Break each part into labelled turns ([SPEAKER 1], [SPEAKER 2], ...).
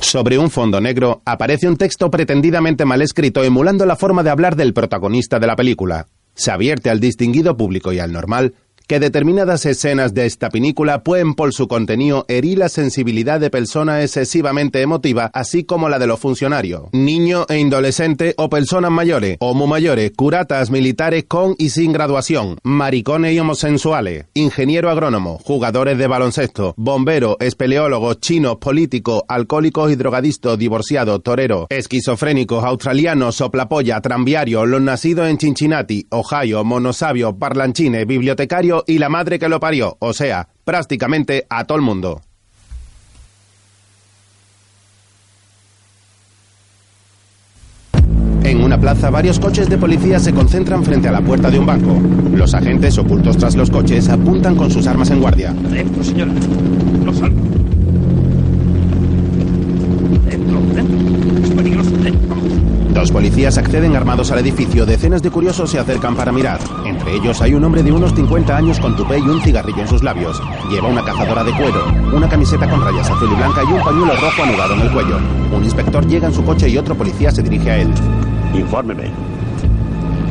[SPEAKER 1] Sobre un fondo negro aparece un texto pretendidamente mal escrito emulando la forma de hablar del protagonista de la película. Se advierte al distinguido público y al normal que determinadas escenas de esta película pueden por su contenido herir la sensibilidad de persona excesivamente emotiva, así como la de los funcionarios, niño e adolescente o personas mayores, homo mayores, curatas militares con y sin graduación, maricones y homosexuales, ingeniero agrónomo, jugadores de baloncesto, bomberos, espeleólogos, chinos, políticos, alcohólicos y drogadictos, divorciados, toreros, esquizofrénicos, australianos, soplapolla, tranviarios, los nacidos en Cincinnati, Ohio, monosabios, parlanchines, bibliotecarios, y la madre que lo parió, o sea, prácticamente a todo el mundo. En una plaza, varios coches de policía se concentran frente a la puerta de un banco. Los agentes, ocultos tras los coches, apuntan con sus armas en guardia.
[SPEAKER 2] Dentro, señora. Lo salvo. Dentro, dentro. Es peligroso. ¿eh? Dentro.
[SPEAKER 1] Dos policías acceden armados al edificio. Decenas de curiosos se acercan para mirar. Entre ellos hay un hombre de unos 50 años con tupé y un cigarrillo en sus labios. Lleva una cazadora de cuero, una camiseta con rayas azul y blanca y un pañuelo rojo anudado en el cuello. Un inspector llega en su coche y otro policía se dirige a él.
[SPEAKER 3] Infórmeme.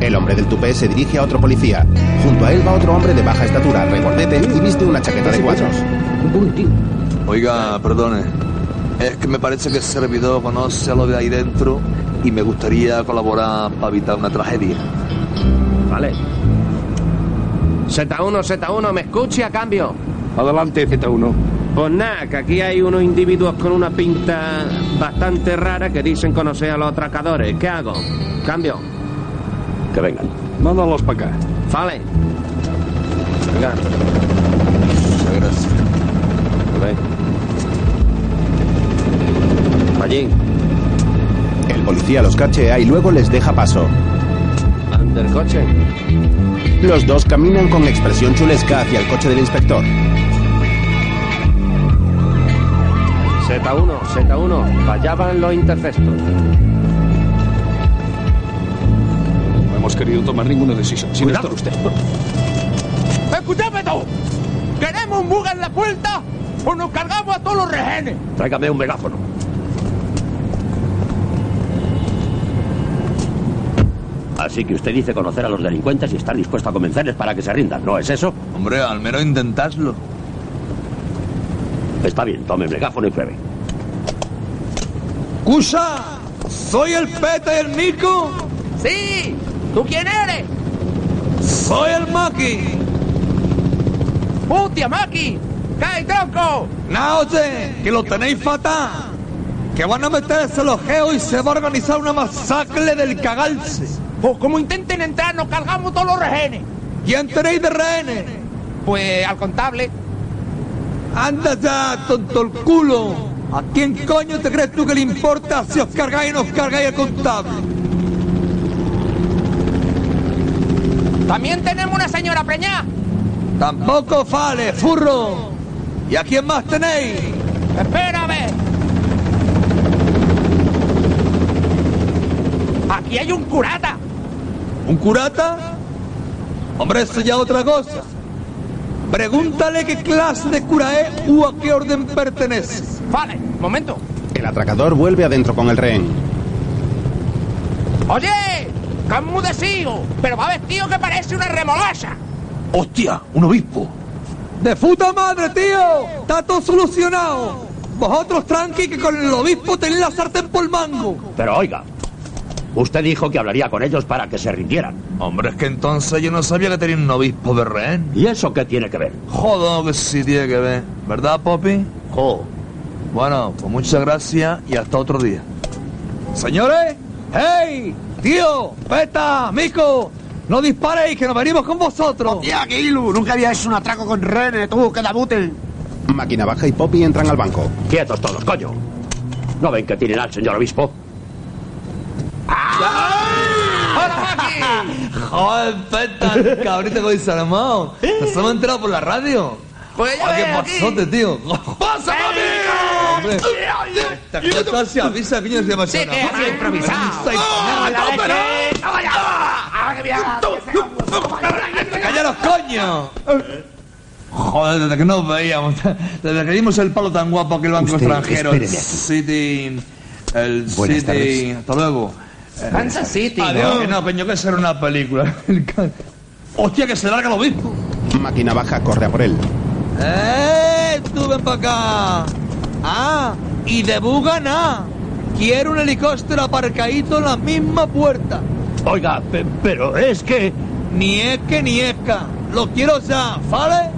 [SPEAKER 1] El hombre del tupé se dirige a otro policía. Junto a él va otro hombre de baja estatura, regordete y viste una chaqueta de cuadros.
[SPEAKER 4] Oiga, perdone. Es que me parece que el servidor conoce a lo de ahí dentro y me gustaría colaborar para evitar una tragedia.
[SPEAKER 2] Vale. Z1, Z1, me escuche a cambio.
[SPEAKER 5] Adelante, Z1.
[SPEAKER 2] Pues nada, que aquí hay unos individuos con una pinta bastante rara que dicen conocer a los atracadores. ¿Qué hago? Cambio.
[SPEAKER 3] Que vengan.
[SPEAKER 5] Mándalos para acá.
[SPEAKER 2] Vale. Venga.
[SPEAKER 4] Muchas gracias.
[SPEAKER 2] Allí.
[SPEAKER 1] El policía los cachea y luego les deja paso.
[SPEAKER 2] Ante el coche.
[SPEAKER 1] Los dos caminan con expresión chulesca hacia el coche del inspector.
[SPEAKER 2] Z1, Z1. Para allá van los interceptos.
[SPEAKER 5] No hemos querido tomar ninguna decisión. Sin estar usted.
[SPEAKER 6] ¡Escúchame tú! ¿Queremos un bug en la puerta o nos cargamos a todos los rehenes?
[SPEAKER 3] Tráigame un megáfono. Así que usted dice conocer a los delincuentes y estar dispuesto a convencerles para que se rindan, ¿no es eso?
[SPEAKER 4] Hombre, al menos intentadlo.
[SPEAKER 3] Está bien, tome el megáfono y pruebe.
[SPEAKER 6] ¡Cusa! ¡Soy el Pete el Nico!
[SPEAKER 7] Sí, ¿tú quién eres?
[SPEAKER 6] ¡Soy el Maki!
[SPEAKER 7] ¡Hostia, Maki! ¡Cae tronco!
[SPEAKER 6] ¡Naoche! ¡Que lo tenéis fatal! ¡Que van a meterse los geos y se va a organizar una masacre del cagalse!
[SPEAKER 7] Pues como intenten entrar, nos cargamos todos los rehenes.
[SPEAKER 6] ¿Quién tenéis de rehenes?
[SPEAKER 7] Pues al contable.
[SPEAKER 6] ¡Anda ya, tonto el culo! ¿A quién coño te crees tú que le importa si os cargáis o no os cargáis al contable?
[SPEAKER 7] También tenemos una señora preñada.
[SPEAKER 6] ¡Tampoco fale, furro! ¿Y a quién más tenéis?
[SPEAKER 7] Espérame. Aquí hay un curata.
[SPEAKER 6] ¿Un curata? Hombre, eso ya es otra cosa. Pregúntale qué clase de cura es o a qué orden pertenece.
[SPEAKER 7] Vale, momento.
[SPEAKER 1] El atracador vuelve adentro con el rehén.
[SPEAKER 7] Oye, que es muy desío, pero va vestido que parece una remolacha.
[SPEAKER 4] ¡Hostia! ¡Un obispo!
[SPEAKER 6] ¡De puta madre, tío! ¡Está todo solucionado! Vosotros tranqui que con el obispo tenéis la sartén por el mango.
[SPEAKER 3] Pero oiga, usted dijo que hablaría con ellos para que se rindieran.
[SPEAKER 4] Hombre, es que entonces yo no sabía que tenía un obispo de rehén.
[SPEAKER 3] ¿Y eso qué tiene que ver?
[SPEAKER 4] Joder, que sí tiene que ver. ¿Verdad, Poppy?
[SPEAKER 3] Jo,
[SPEAKER 4] Bueno, pues muchas gracias y hasta otro día.
[SPEAKER 6] Señores, ¡hey! Tío, Peta, Mico, no disparéis que nos venimos con vosotros.
[SPEAKER 8] Ya, Kilu, nunca había hecho un atraco con Rene, tú, que la buten.
[SPEAKER 1] Máquina baja y Poppy entran al banco.
[SPEAKER 3] quietos todos, coño. ¿No ven que tienen al señor obispo?
[SPEAKER 7] ¡Hola, Maki!
[SPEAKER 6] Joder, Peta, cabrito con Salomón. Nos hemos enterado por la radio.
[SPEAKER 7] Pues ya
[SPEAKER 6] Ah,
[SPEAKER 7] ves,
[SPEAKER 6] ¡Qué
[SPEAKER 7] aquí.
[SPEAKER 6] pasote, tío! ¡Pasa, mami! Hombre, Esta cosa se avisa, coño, se llama
[SPEAKER 7] Sí, que ha sido improvisado. Eh,
[SPEAKER 6] ¡Callaros, coño!
[SPEAKER 9] Joder, desde que nos veíamos, desde que dimos el palo tan guapo que el banco
[SPEAKER 10] Usted,
[SPEAKER 9] extranjero, el
[SPEAKER 10] espéreme aquí.
[SPEAKER 9] City, el
[SPEAKER 10] Buenas
[SPEAKER 9] City,
[SPEAKER 10] tardes.
[SPEAKER 9] hasta luego.
[SPEAKER 3] Kansas City.
[SPEAKER 9] Adiós, que no, coño, que será una película. El ca- Hostia, que se larga el obispo.
[SPEAKER 1] Máquina baja corre a por él.
[SPEAKER 4] ¡Eh! ¡Tú ven para acá! ¡Ah! ¡Y de buga nada! Quiero un helicóptero aparcadito en la misma puerta.
[SPEAKER 11] Oiga, pe- pero es que...
[SPEAKER 4] Nieque, nieca. Lo quiero ya, ¿vale?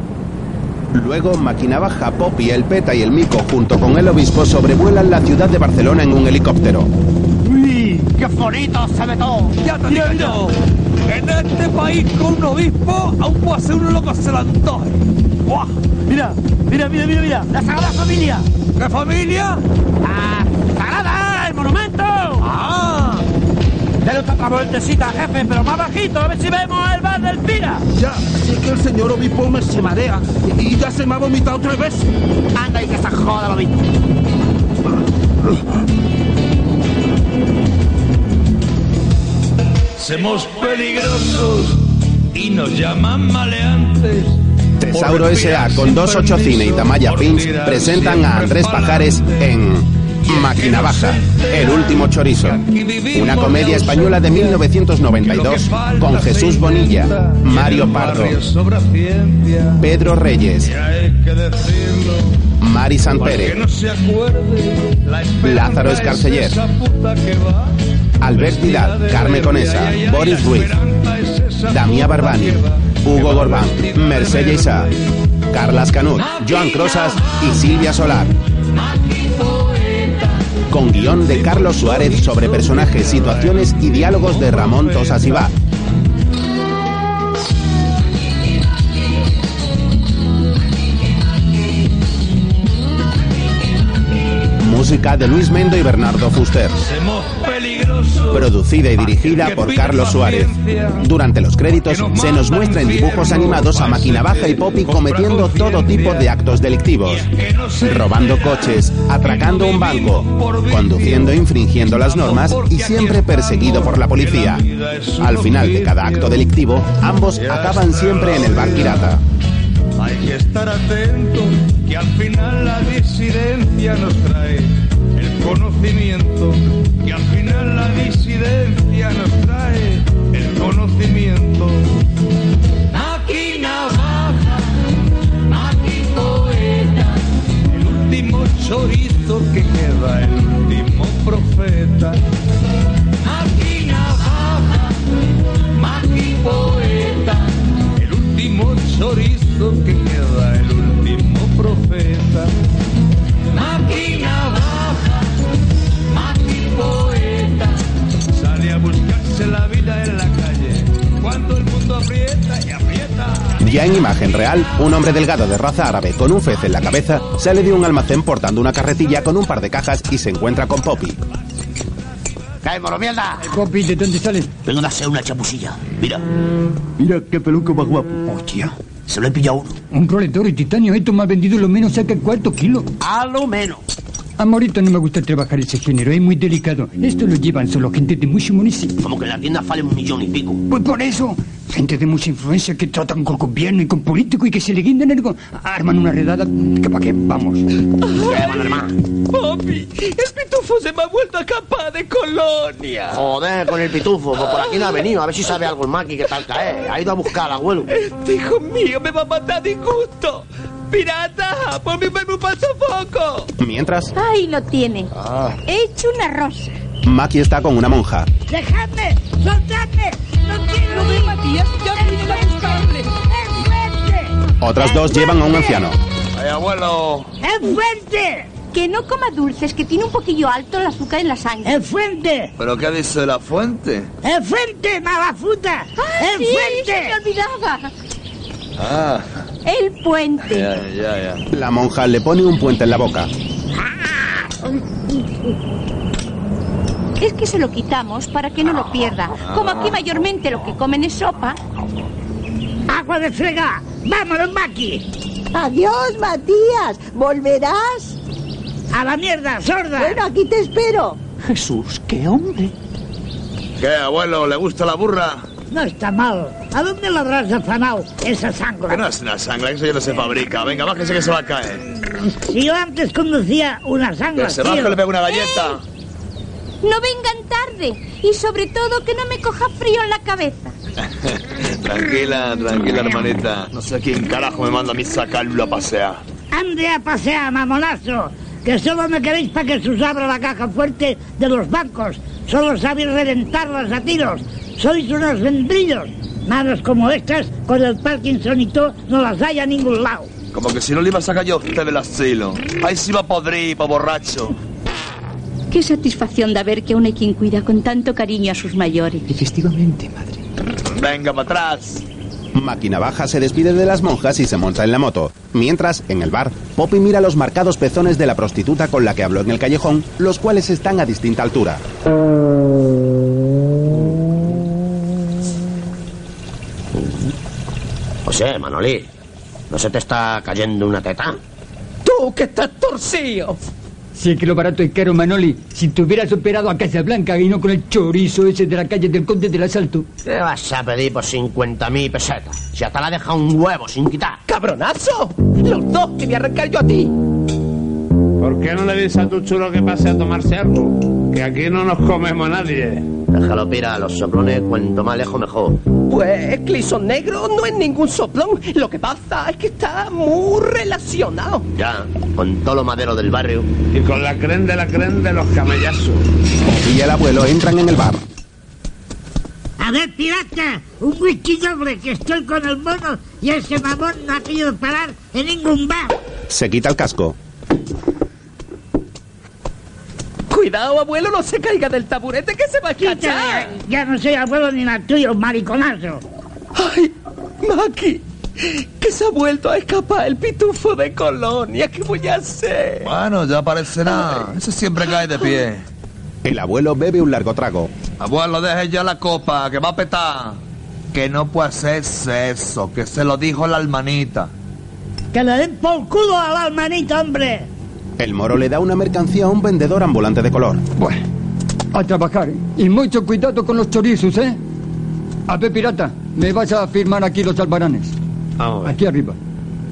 [SPEAKER 1] Luego, Máquina baja, Poppy, el Peta y el Mico, junto con el obispo, sobrevuelan la ciudad de Barcelona en un helicóptero.
[SPEAKER 7] ¡Qué bonito se ve todo!
[SPEAKER 4] Ya te digo yo. En este país con un obispo, aún puede ser un loco se la antoje. ¡Buah!
[SPEAKER 7] Mira, mira, mira, mira, mira. La Sagrada Familia.
[SPEAKER 4] ¡Qué familia!
[SPEAKER 7] ¡La Sagrada! ¡El monumento!
[SPEAKER 4] ¡Ah!
[SPEAKER 7] Dale otra vueltecita, jefe, pero más bajito. A ver si vemos el bar del Pira.
[SPEAKER 12] Ya, es que el señor obispo me se marea y ya se me ha vomitado tres veces.
[SPEAKER 7] Anda y que se joda lo mismo.
[SPEAKER 4] Somos peligrosos y nos llaman maleantes.
[SPEAKER 1] Tesauro S.A. con dos ocho cine y Tamaya Pins presentan a Andrés Pajares en Máquina Baja, El Último Chorizo. Una comedia española de 1992 con Jesús Bonilla, Mario Pardo, Pedro Reyes, Mari Sanpere, Lázaro Escarceller, Albert Vidal, Carmen Conesa, Boris Ruiz, Damia Barbani, Hugo Gorbán, Mercedes Isa, Carlas Canut, Joan Crosas y Silvia Solar. Con guión de Carlos Suárez sobre personajes, situaciones y diálogos de Ramón Tosas Ibar. Música de Luis Mendo y Bernardo Fuster.
[SPEAKER 4] Somos peligrosos.
[SPEAKER 1] Producida y dirigida por Carlos Suárez. Durante los créditos se nos muestran dibujos animados a máquina baja y Poppy cometiendo todo tipo de actos delictivos. Robando coches, atracando un banco, conduciendo e infringiendo las normas y siempre perseguido por la policía. Al final de cada acto delictivo, ambos acaban siempre en el bar pirata.
[SPEAKER 4] Hay que estar atento, que al final la disidencia nos trae el conocimiento. Que al final la disidencia nos trae el conocimiento. Máquina baja, máquina poeta, el último chorizo que queda, el último profeta. Máquina baja, máquina poeta. El último chorizo que queda, el último profeta. Máquina baja, máquina poeta. Sale a buscarse la vida en la calle. Cuando el mundo aprieta y aprieta.
[SPEAKER 1] Ya en imagen real, un hombre delgado de raza árabe con un fez en la cabeza sale de un almacén portando una carretilla con un par de cajas y se encuentra con Poppy.
[SPEAKER 7] ¡Cae, moro mierda!
[SPEAKER 12] Poppy, ¿de dónde sales?
[SPEAKER 10] Perdónase una chapucilla. Mira,
[SPEAKER 12] Mira qué peluco más guapo.
[SPEAKER 10] hostia, se lo he pillado uno.
[SPEAKER 12] Un roledor de titanio, esto me ha vendido lo menos saca cuarto kilo.
[SPEAKER 3] A lo menos.
[SPEAKER 12] Amorito, no me gusta trabajar ese género, es muy delicado. Esto lo llevan solo gente de mucho municipio.
[SPEAKER 10] Como que en la tienda vale un millón y pico.
[SPEAKER 12] Pues por eso, gente de mucha influencia que tratan con gobierno y con políticos y que se le guindan algo, arman una redada que para qué vamos.
[SPEAKER 4] Papi, el pitufo se me ha vuelto a capa de colonia.
[SPEAKER 3] Joder, con el pitufo. Pues por aquí no ha venido. A ver si sabe algo el maqui que tal cae. Ha ido a buscar al abuelo.
[SPEAKER 4] Este hijo mío me va a matar de gusto. Pirata, por mi verme un paso poco.
[SPEAKER 1] Mientras,
[SPEAKER 13] Ahí lo tiene. He hecho una rosa.
[SPEAKER 1] Maki está con una monja.
[SPEAKER 13] ¡Dejadme! ¡Soltadme! ¡No quiero ir! Matías! ¡Ya vienen a buscarle! ¡Es fuerte!
[SPEAKER 1] Otras dos llevan a un anciano.
[SPEAKER 9] Ay, abuelo.
[SPEAKER 13] ¡Es fuerte! Que no coma dulces, que tiene un poquillo alto el azúcar en la sangre. ¡Es fuerte!
[SPEAKER 9] ¿Pero qué dice la fuente?
[SPEAKER 13] ¡Es fuerte, mamafuta! ¡Es fuerte! Se me olvidaba.
[SPEAKER 9] Ah,
[SPEAKER 13] El puente.
[SPEAKER 9] ya, ya, ya.
[SPEAKER 1] La monja le pone un puente en la boca.
[SPEAKER 13] Es que se lo quitamos para que no lo pierda. Como aquí mayormente lo que comen es sopa. ¡Agua de frega! ¡Vámonos, Maki!
[SPEAKER 12] Adiós, Matías. ¿Volverás?
[SPEAKER 7] ¡A la mierda, sorda!
[SPEAKER 12] aquí te espero.
[SPEAKER 3] Jesús, qué hombre.
[SPEAKER 9] ¿Qué, abuelo? ¿Le gusta la burra?
[SPEAKER 7] No está mal.
[SPEAKER 13] ¿A dónde lo habrás afanado esa sangre?
[SPEAKER 14] Que no es una sangre, eso ya no se fabrica. Venga, bájese que se va a caer.
[SPEAKER 13] Si yo antes conducía una sangre.
[SPEAKER 14] Que se baja, le pega una galleta.
[SPEAKER 15] No vengan tarde y sobre todo que no me coja frío en la cabeza.
[SPEAKER 14] tranquila, tranquila, hermanita. No sé quién carajo me manda a mí sacarlo a pasear.
[SPEAKER 13] Eh, Ande a pasear, mamonazo. Que solo me queréis para que se os abra la caja fuerte de los bancos. Solo sabéis reventarlas a tiros. Sois unos vendrillos. Manos como estas, con el Parkinson y todo, no las hay a ningún lado.
[SPEAKER 4] Como que si no le iba a sacar yo a usted del asilo. Ahí sí va a podrir, pa' borracho.
[SPEAKER 15] Qué satisfacción de ver que aún hay quien cuida con tanto cariño a sus mayores.
[SPEAKER 12] Efectivamente, madre.
[SPEAKER 14] Venga, para atrás.
[SPEAKER 1] Maquinavaja se despide de las monjas y se monta en la moto. Mientras, en el bar, Poppy mira los marcados pezones de la prostituta con la que habló en el callejón, los cuales están a distinta altura.
[SPEAKER 3] José, Manolí, ¿no se te está cayendo una teta?
[SPEAKER 6] Tú que estás torcido.
[SPEAKER 12] Si es que lo barato es caro, Manoli. Si te hubieras operado a Casablanca y no con el chorizo ese de la calle del Conde del Asalto.
[SPEAKER 3] ¿Qué vas a pedir por 50.000 pesetas? Si hasta la deja un huevo sin quitar.
[SPEAKER 6] ¡Cabronazo! Los dos que voy a arrancar yo a ti.
[SPEAKER 16] ¿Por qué no le dices a tu chulo que pase a tomarse algo? Que aquí no nos comemos a nadie.
[SPEAKER 3] Déjalo pira, los soplones cuanto más lejos mejor.
[SPEAKER 6] Pues Clison Negro no es ningún soplón. Lo que pasa es que está muy relacionado.
[SPEAKER 3] Ya, con todo lo madero del barrio.
[SPEAKER 16] Y con la cren de la cren de los camellazos.
[SPEAKER 1] Poppy y el abuelo entran en el bar.
[SPEAKER 13] A ver, pirata, un whisky doble que estoy con el mono y ese mamón no ha querido parar en ningún bar.
[SPEAKER 1] Se quita el casco.
[SPEAKER 6] Cuidado, abuelo, no se caiga del taburete que se va a escachar.
[SPEAKER 13] Quítale, Ya no soy abuelo ni nada tuyo, mariconazo.
[SPEAKER 6] ¡Ay, Maki! Que se ha vuelto a escapar el pitufo de Colonia. ¿Qué voy a hacer?
[SPEAKER 4] Bueno, ya aparecerá. Eso siempre cae de pie.
[SPEAKER 1] El abuelo bebe un largo trago.
[SPEAKER 4] Abuelo, deje ya la copa, que va a petar. Que no puede hacerse eso, que se lo dijo la hermanita.
[SPEAKER 13] Que le den por culo a la hermanita, hombre.
[SPEAKER 1] El moro le da una mercancía a un vendedor ambulante de color.
[SPEAKER 12] Bueno. A trabajar. Y mucho cuidado con los chorizos, ¿eh? A ver, pirata, me vas a firmar aquí los albaranes. Aquí arriba.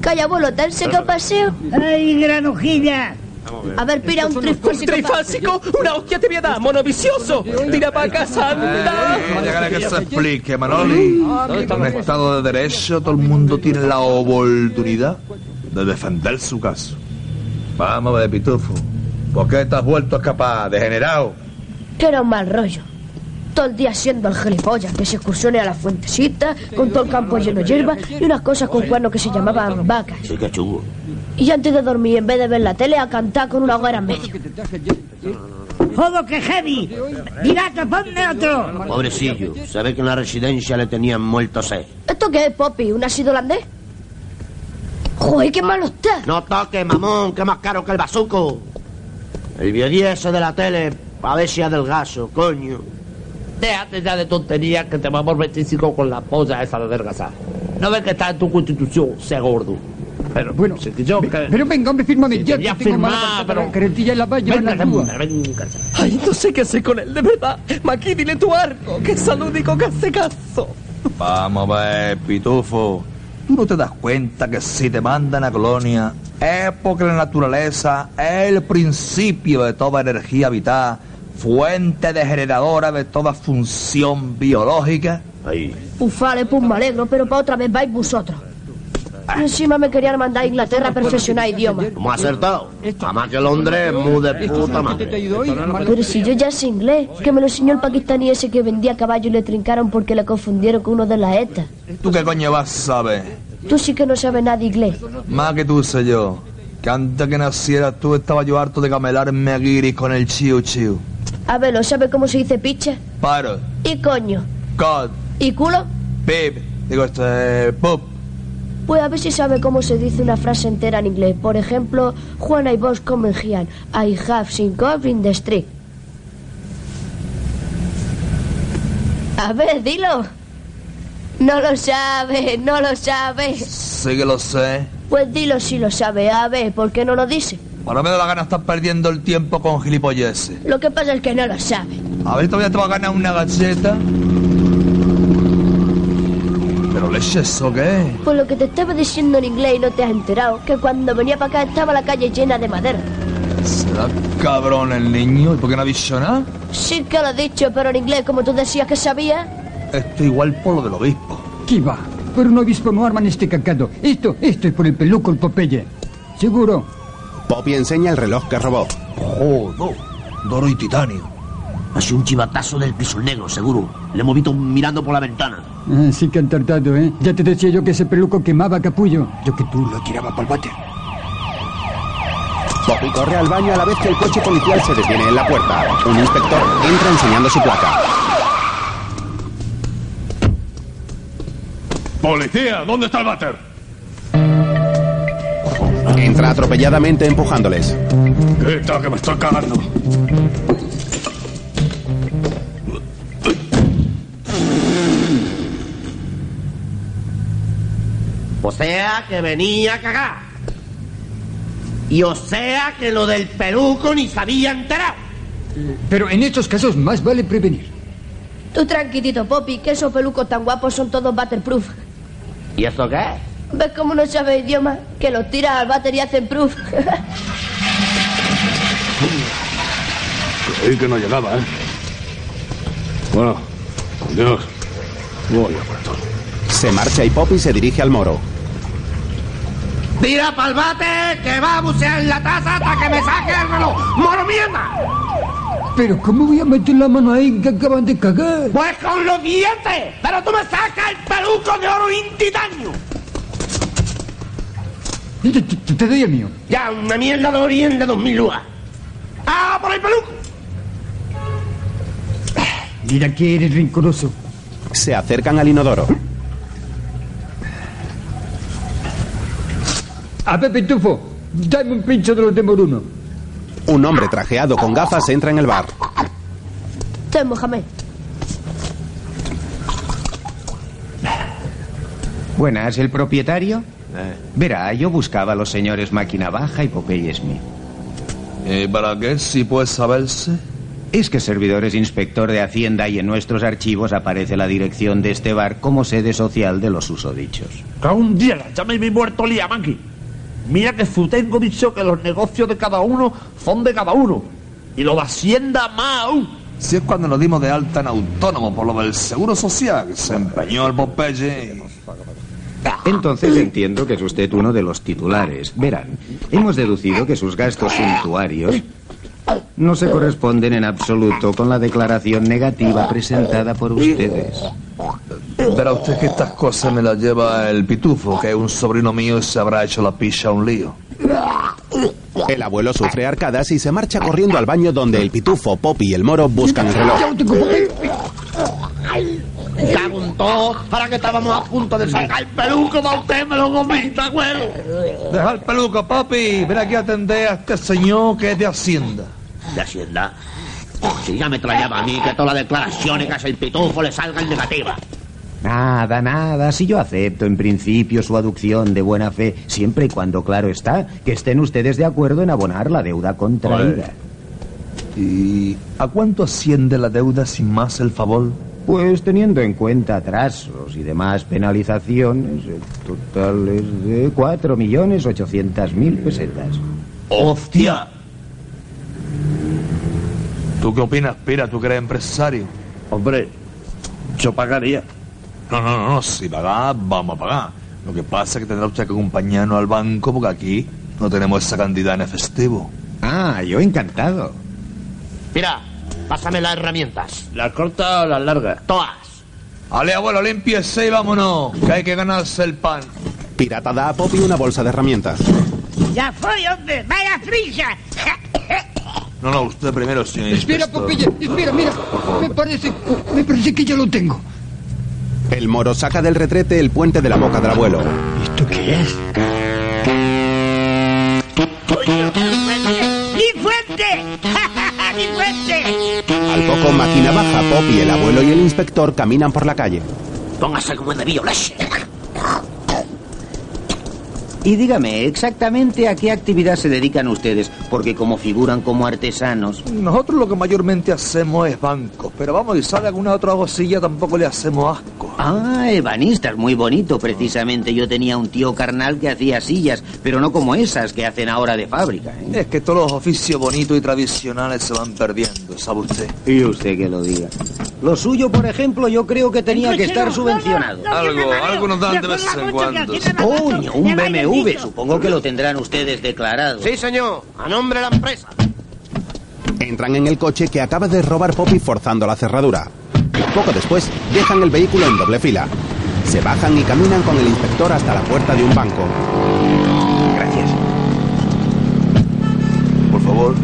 [SPEAKER 17] Calla, abuelo, tan seco paseo.
[SPEAKER 13] ¡Ay, granujilla!
[SPEAKER 17] A ver, pira un trifásico.
[SPEAKER 6] Un trifásico, una hostia te voy a dar, mono vicioso. Tira para casa, anda.
[SPEAKER 4] Eh, Déjale que se explique, Manoli. En un estado de derecho, todo el mundo tiene la oportunidad de defender su caso. Vamos, de pitufo. ¿Por qué estás vuelto a escapar, degenerado?
[SPEAKER 17] Que era un mal rollo. Todo el día siendo el gilipollas que se excursione a la fuentecita, con todo el campo lleno de hierba y unas cosas con cuernos que se llamaban vacas.
[SPEAKER 3] Sí, que chungo.
[SPEAKER 17] Y antes de dormir, en vez de ver la tele, a cantar con una hoguera en medio.
[SPEAKER 13] ¡Jodo que heavy! ¡Pirata, ponme otro!
[SPEAKER 3] Pobrecillo, se ve que en la residencia le tenían muerto sed.
[SPEAKER 17] ¿Esto qué es, Poppy? ¿Un ácido holandés? ¡Joder, qué malo está!
[SPEAKER 3] No toques, mamón, que es más caro que el bazuco. El biodiese de la tele, a ver si adelgazo, coño.
[SPEAKER 6] Déjate ya de tonterías que te vamos a 25 con la polla esa de adelgazar. No ves que está en tu constitución, sea gordo. Pero bueno, si que yo
[SPEAKER 12] Ve-
[SPEAKER 6] que-
[SPEAKER 12] Pero venga, hombre, fírmame
[SPEAKER 6] Sí,
[SPEAKER 12] ya.
[SPEAKER 6] debería
[SPEAKER 12] que tengo mala
[SPEAKER 6] firmar,
[SPEAKER 12] pata
[SPEAKER 6] pero-
[SPEAKER 12] para La carretilla y la valla en la
[SPEAKER 6] Venga,
[SPEAKER 12] grúa.
[SPEAKER 6] venga.
[SPEAKER 18] Ay, no sé qué hacer con él, de verdad. Maki, dile tu arco, que es el único que hace caso.
[SPEAKER 4] Vamos a ver, pitufo. ¿Tú no te das cuenta que si te mandan a colonia es porque la naturaleza es el principio de toda energía vital, fuente degeneradora de toda función biológica?
[SPEAKER 17] Pufale, pum, pues me alegro, pero para otra vez vais vosotros. Y encima me querían mandar a Inglaterra a perfeccionar idiomas.
[SPEAKER 3] ¿Cómo has acertado? Además que Londres es muy de puta madre.
[SPEAKER 17] Pero si yo ya sé inglés, que me lo enseñó el pakistaní ese que vendía caballos y le trincaron porque le confundieron con uno de las ETA.
[SPEAKER 4] ¿Tú qué coño vas a saber?
[SPEAKER 17] Tú sí que no sabes nada de inglés.
[SPEAKER 4] Más que tú sé yo. Que antes que nacieras tú estaba yo harto de camelarme a guiris con el chiu chiu.
[SPEAKER 17] A ver, ¿lo sabes cómo se dice picha?
[SPEAKER 4] Paro,
[SPEAKER 17] ¿Y coño?
[SPEAKER 4] cod,
[SPEAKER 17] ¿Y culo?
[SPEAKER 4] pip. Digo, este, esto es pop.
[SPEAKER 17] Pues a ver si sabe cómo se dice una frase entera en inglés. Por ejemplo, Juan I was coming here. I have seen cops in the street. A ver, dilo. No lo sabe, no lo sabe.
[SPEAKER 4] Sí que lo sé.
[SPEAKER 17] Pues dilo si lo sabe. A ver, ¿por qué no lo dice?
[SPEAKER 4] Ahora me da la gana estar perdiendo el tiempo con gilipolleces.
[SPEAKER 17] Lo que pasa es que no lo sabe.
[SPEAKER 4] A ver, todavía te va a ganar una galleta. leche, ¿eso qué?
[SPEAKER 17] Por Pues lo que te estaba diciendo en inglés y no te has enterado, que cuando venía para acá estaba la calle llena de madera.
[SPEAKER 4] ¿Será cabrón el niño? ¿Y por qué no ha dicho nada?
[SPEAKER 17] Sí que lo he dicho, pero en inglés, como tú decías que sabías.
[SPEAKER 4] Esto igual por lo del obispo.
[SPEAKER 12] ¿Qué va? Pero un obispo no arman este cacado. Esto, esto es por el peluco, el Popeye. Seguro.
[SPEAKER 1] Poppy enseña el reloj que robó.
[SPEAKER 3] Oh,
[SPEAKER 4] Joder, doro y titanio.
[SPEAKER 3] Ha sido un chivatazo del piso negro, seguro. Le hemos visto mirando por la ventana.
[SPEAKER 12] Ah, sí que han tardado, ¿eh? Ya te decía yo que ese peluco quemaba capullo. Yo que tú lo tiraba para el bate.
[SPEAKER 1] Poppy corre al baño a la vez que el coche policial se detiene en la puerta. Un inspector entra enseñando su placa.
[SPEAKER 19] ¡Policía! ¿Dónde está el váter?
[SPEAKER 1] Entra atropelladamente empujándoles.
[SPEAKER 19] Quita, que me estoy cagando.
[SPEAKER 7] O sea que venía a cagar. Y o sea que lo del peluco ni se había enterado.
[SPEAKER 12] Pero en estos casos más vale prevenir.
[SPEAKER 17] Tú tranquilito, Poppy, que esos pelucos tan guapos son todos waterproof.
[SPEAKER 7] ¿Y eso qué?
[SPEAKER 17] ¿Ves cómo no sabe idioma? Que los tiras al váter y hacen proof.
[SPEAKER 19] Creí que no llegaba, ¿eh? Bueno, Dios. Voy a por todo.
[SPEAKER 1] Se marcha y Poppy se dirige al moro.
[SPEAKER 7] Tira pa'l bate que va a bucear en la taza hasta que me saque el reloj. ¡Moro mierda!
[SPEAKER 12] Pero ¿cómo voy a meter la mano ahí que acaban de cagar?
[SPEAKER 7] Pues con los dientes. Pero tú me sacas el peluco de oro y titanio.
[SPEAKER 12] Te, te- te doy el mío.
[SPEAKER 7] Ya, una mierda de oriente de 2000 luas. ¡Ah, por el peluco!
[SPEAKER 1] Mira que eres rincoroso. Se acercan al inodoro.
[SPEAKER 12] A Pepe Tufo, dame un pincho de los de Moruno.
[SPEAKER 1] Un hombre trajeado con gafas entra en el bar.
[SPEAKER 17] Te mojame.
[SPEAKER 20] Buenas, ¿el propietario?
[SPEAKER 4] Eh.
[SPEAKER 20] Verá, yo buscaba a los señores Máquina Baja y Popeye Smith.
[SPEAKER 4] ¿Y Eh, para qué, si puede saberse?
[SPEAKER 20] Es que servidores inspector de Hacienda y en nuestros archivos aparece la dirección de este bar como sede social de los usodichos.
[SPEAKER 21] Caún diera, llame mi muerto lía, manqui. Mira que su tengo dicho que los negocios de cada uno son de cada uno. Y lo de Hacienda más aún.
[SPEAKER 4] Si es cuando nos dimos de alta en autónomo por lo del seguro social, que se empeñó el Popeye.
[SPEAKER 20] Entonces entiendo que es usted uno de los titulares. Verán, hemos deducido que sus gastos suntuarios no se corresponden en absoluto con la declaración negativa presentada por ustedes.
[SPEAKER 4] Verá usted que estas cosas me las lleva el pitufo, que es un sobrino mío y se habrá hecho la pilla un lío.
[SPEAKER 1] El abuelo sufre arcadas y se marcha corriendo al baño donde el pitufo, Poppy y el moro buscan el reloj.
[SPEAKER 7] Cago en todo, ahora que estábamos a punto de sacar el peluco para usted, me lo comí, ¿de acuerdo?
[SPEAKER 4] Deja el peluco, papi. Ven aquí a atender a este señor que es de Hacienda.
[SPEAKER 3] De Hacienda. Si ya me trayaba a mí que todas las declaraciones que hace el pitufo le salgan negativas.
[SPEAKER 20] Nada, nada, si yo acepto en principio su aducción de buena fe, siempre y cuando, claro está, que estén ustedes de acuerdo en abonar la deuda contraída.
[SPEAKER 4] ¿Y a cuánto asciende la deuda sin más el favor?
[SPEAKER 20] Pues teniendo en cuenta atrasos y demás penalizaciones, el total es de 4.800.000 pesetas.
[SPEAKER 4] ¡Hostia! ¿Tú qué opinas, Pira? ¿Tú que eres empresario? Hombre, yo pagaría. No, no, no, no, si pagás, vamos a pagar. Lo que pasa es que tendrá usted que acompañarnos al banco porque aquí no tenemos esa cantidad en efectivo.
[SPEAKER 20] Ah, yo encantado.
[SPEAKER 3] Mira, pásame las herramientas.
[SPEAKER 4] ¿Las cortas o las largas?
[SPEAKER 3] Todas.
[SPEAKER 4] Ale, abuelo, límpiese y vámonos, que hay que ganarse el pan.
[SPEAKER 1] Pirata da a Poppy una bolsa de herramientas.
[SPEAKER 6] Ya fue, hombre. Vaya frisa.
[SPEAKER 4] No, no, usted primero, señor.
[SPEAKER 12] Espera,
[SPEAKER 4] inspector.
[SPEAKER 12] Popeye, espera, mira. Me parece, me parece que ya lo tengo.
[SPEAKER 1] El moro saca del retrete el puente de la boca del abuelo.
[SPEAKER 12] ¿Esto qué es?
[SPEAKER 6] ¡Ni fuente! ¡Ni fuente!
[SPEAKER 1] Al poco, máquina baja, Poppy, el abuelo y el inspector caminan por la calle.
[SPEAKER 3] Póngase como es debido, leche.
[SPEAKER 20] Y dígame, exactamente a qué actividad se dedican ustedes, porque como figuran como artesanos,
[SPEAKER 4] Nosotros lo que mayormente hacemos es bancos, pero vamos, y sabe alguna otra cosilla tampoco le hacemos asco.
[SPEAKER 20] Ah, ebanistas, muy bonito, precisamente. Yo tenía un tío carnal que hacía sillas, pero no como esas que hacen ahora de fábrica. ¿eh?
[SPEAKER 4] Es que todos los oficios bonitos y tradicionales se van perdiendo, ¿sabe usted?
[SPEAKER 20] Y usted que lo diga.
[SPEAKER 22] Lo suyo, por ejemplo, yo creo que tenía que estar subvencionado.
[SPEAKER 4] Algo, algo nos dan de vez en cuando.
[SPEAKER 20] Coño, un BMW, supongo que lo tendrán ustedes declarado.
[SPEAKER 3] Sí, señor. A nombre de la empresa.
[SPEAKER 1] Entran en el coche que acaba de robar Poppy forzando la cerradura. Poco después, dejan el vehículo en doble fila. Se bajan y caminan con el inspector hasta la puerta de un banco.
[SPEAKER 4] Gracias. Por favor.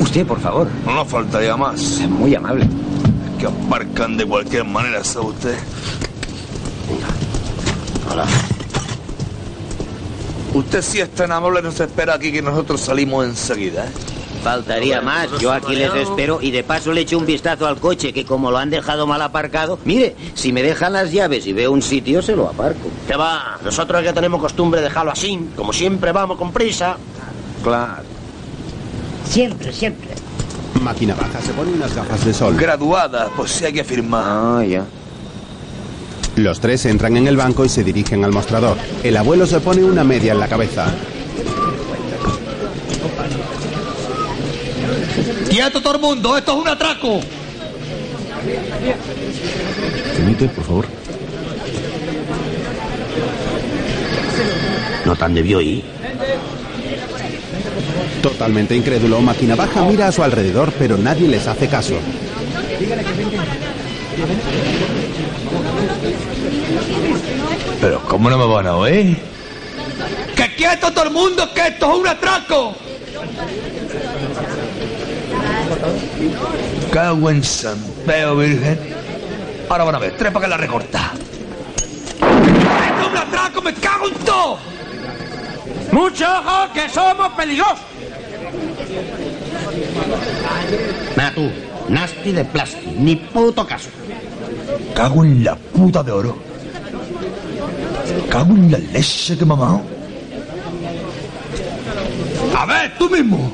[SPEAKER 20] Usted, por favor.
[SPEAKER 4] No faltaría más.
[SPEAKER 20] Muy amable.
[SPEAKER 4] Es que aparcan de cualquier manera, ¿sabe usted? Hola. Usted sí es tan amable, nos espera aquí que nosotros salimos enseguida, ¿eh?
[SPEAKER 20] Faltaría más. Yo aquí les espero y de paso le echo un vistazo al coche que como lo han dejado mal aparcado, mire, si me dejan las llaves y veo un sitio se lo aparco.
[SPEAKER 3] Que va, nosotros ya tenemos costumbre de dejarlo así. Como siempre, vamos con prisa.
[SPEAKER 4] Claro.
[SPEAKER 13] Siempre, siempre.
[SPEAKER 1] Máquina baja, se pone unas gafas de sol.
[SPEAKER 4] Graduada, pues sí hay que firmar.
[SPEAKER 20] Ah, ya.
[SPEAKER 1] Los tres entran en el banco y se dirigen al mostrador. El abuelo se pone una media en la cabeza.
[SPEAKER 4] ¡Quieto todo el mundo! ¡Esto es un atraco!
[SPEAKER 12] Permite, por favor. No tan debió ir.
[SPEAKER 1] Totalmente incrédulo, Máquina Baja mira a su alrededor, pero nadie les hace caso.
[SPEAKER 4] Pero ¿cómo no me van a oír? ¡Que quieto todo el mundo! ¡Que esto es un atraco! Cago en San Peo, Virgen. Ahora van a ver, tres para que la recorta. ¡Esto es un atraco! ¡Me cago en todo!
[SPEAKER 23] ¡Mucho ojo que somos peligrosos!
[SPEAKER 20] Natu, nasty de plástico, ni puto caso.
[SPEAKER 4] Cago en la puta de oro. Cago en la leche que mamá. A ver, tú mismo.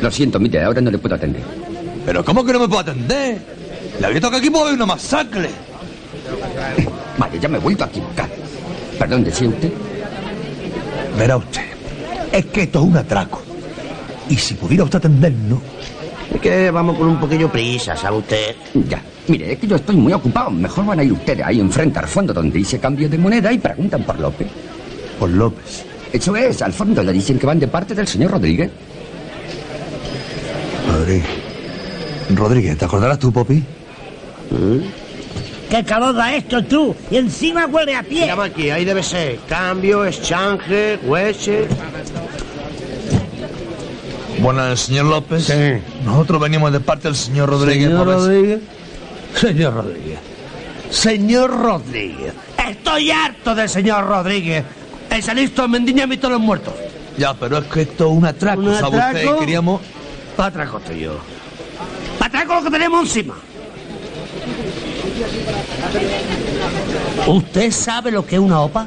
[SPEAKER 12] Lo siento, mire, ahora no le puedo atender.
[SPEAKER 4] Pero ¿cómo que no me puedo atender? Le había tocado aquí puede haber una masacre.
[SPEAKER 12] Vale, ya me he vuelto a equivocar. Perdón, ¿decía usted?
[SPEAKER 4] Verá usted, es que esto es un atraco. Y si pudiera usted atendernos...
[SPEAKER 20] Es que vamos con un poquillo prisa, ¿sabe usted?
[SPEAKER 12] Ya. Mire, es que yo estoy muy ocupado. Mejor van a ir ustedes ahí enfrente al fondo donde dice cambio de moneda y preguntan por López.
[SPEAKER 4] Por López.
[SPEAKER 12] Eso es, al fondo le dicen que van de parte del señor Rodríguez.
[SPEAKER 4] Rodríguez. Rodríguez, ¿te acordarás tú, Poppy?
[SPEAKER 13] ¡Qué calor da esto, tú! Y encima huele a pie.
[SPEAKER 3] Llama aquí, ahí debe ser. Cambio, exchange, hueche.
[SPEAKER 4] Buenas, señor López. Nosotros venimos de parte del señor Rodríguez.
[SPEAKER 24] Señor
[SPEAKER 4] por eso.
[SPEAKER 24] Rodríguez. Señor Rodríguez. Señor Rodríguez.
[SPEAKER 13] Estoy harto del señor Rodríguez. Ese listo mendiña y todos los muertos.
[SPEAKER 4] Ya, pero es que esto es un atraco,
[SPEAKER 13] ¿Un
[SPEAKER 4] ¿sabe usted?
[SPEAKER 13] atraco?
[SPEAKER 4] Queríamos... Pues,
[SPEAKER 13] Atraco estoy yo. Atraco lo que tenemos encima.
[SPEAKER 7] ¿Usted sabe lo que es una OPA?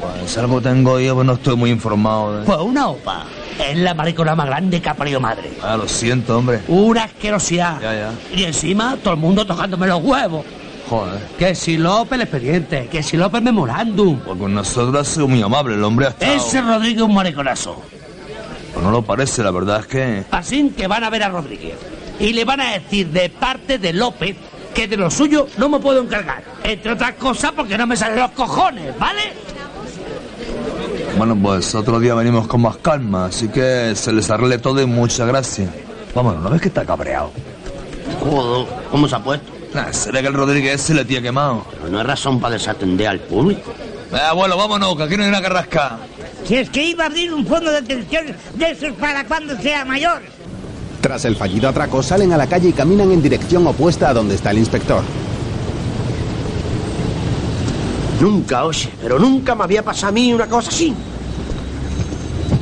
[SPEAKER 4] Bueno, salvo tengo yo, pues no estoy muy informado. ¿eh?
[SPEAKER 7] Pues una OPA es la maricona más grande que ha parido madre.
[SPEAKER 4] Ah, lo siento, hombre.
[SPEAKER 7] Una asquerosidad.
[SPEAKER 4] Ya, ya.
[SPEAKER 7] Y encima todo el mundo tocándome los huevos.
[SPEAKER 4] Joder.
[SPEAKER 7] Que si López el expediente, que si López memorándum.
[SPEAKER 4] Pues con nosotros ha sido muy amable, el hombre ha estado...
[SPEAKER 7] Ese Rodríguez es un mariconazo.
[SPEAKER 4] Pues no lo parece, la verdad es que...
[SPEAKER 7] Así que van a ver a Rodríguez. Y le van a decir de parte de López que de lo suyo no me puedo encargar. Entre otras cosas porque no me salen los cojones, ¿vale?
[SPEAKER 4] Bueno, pues otro día venimos con más calma, así que se les arregle todo y muchas gracias. Vámonos, ¿no ves que está cabreado?
[SPEAKER 20] Joder, ¿cómo se ha puesto?
[SPEAKER 4] Nah, Ah, será que el Rodríguez ese le tiene quemado.
[SPEAKER 20] Pero no es razón para desatender al público.
[SPEAKER 4] Eh, abuelo, vámonos, que aquí no hay una carrasca.
[SPEAKER 13] Si es que iba a abrir un fondo de pensiones de esos para cuando sea mayor.
[SPEAKER 1] Tras el fallido atraco, salen a la calle y caminan en dirección opuesta a donde está el inspector.
[SPEAKER 3] Nunca, oye, pero nunca me había pasado a mí una cosa así.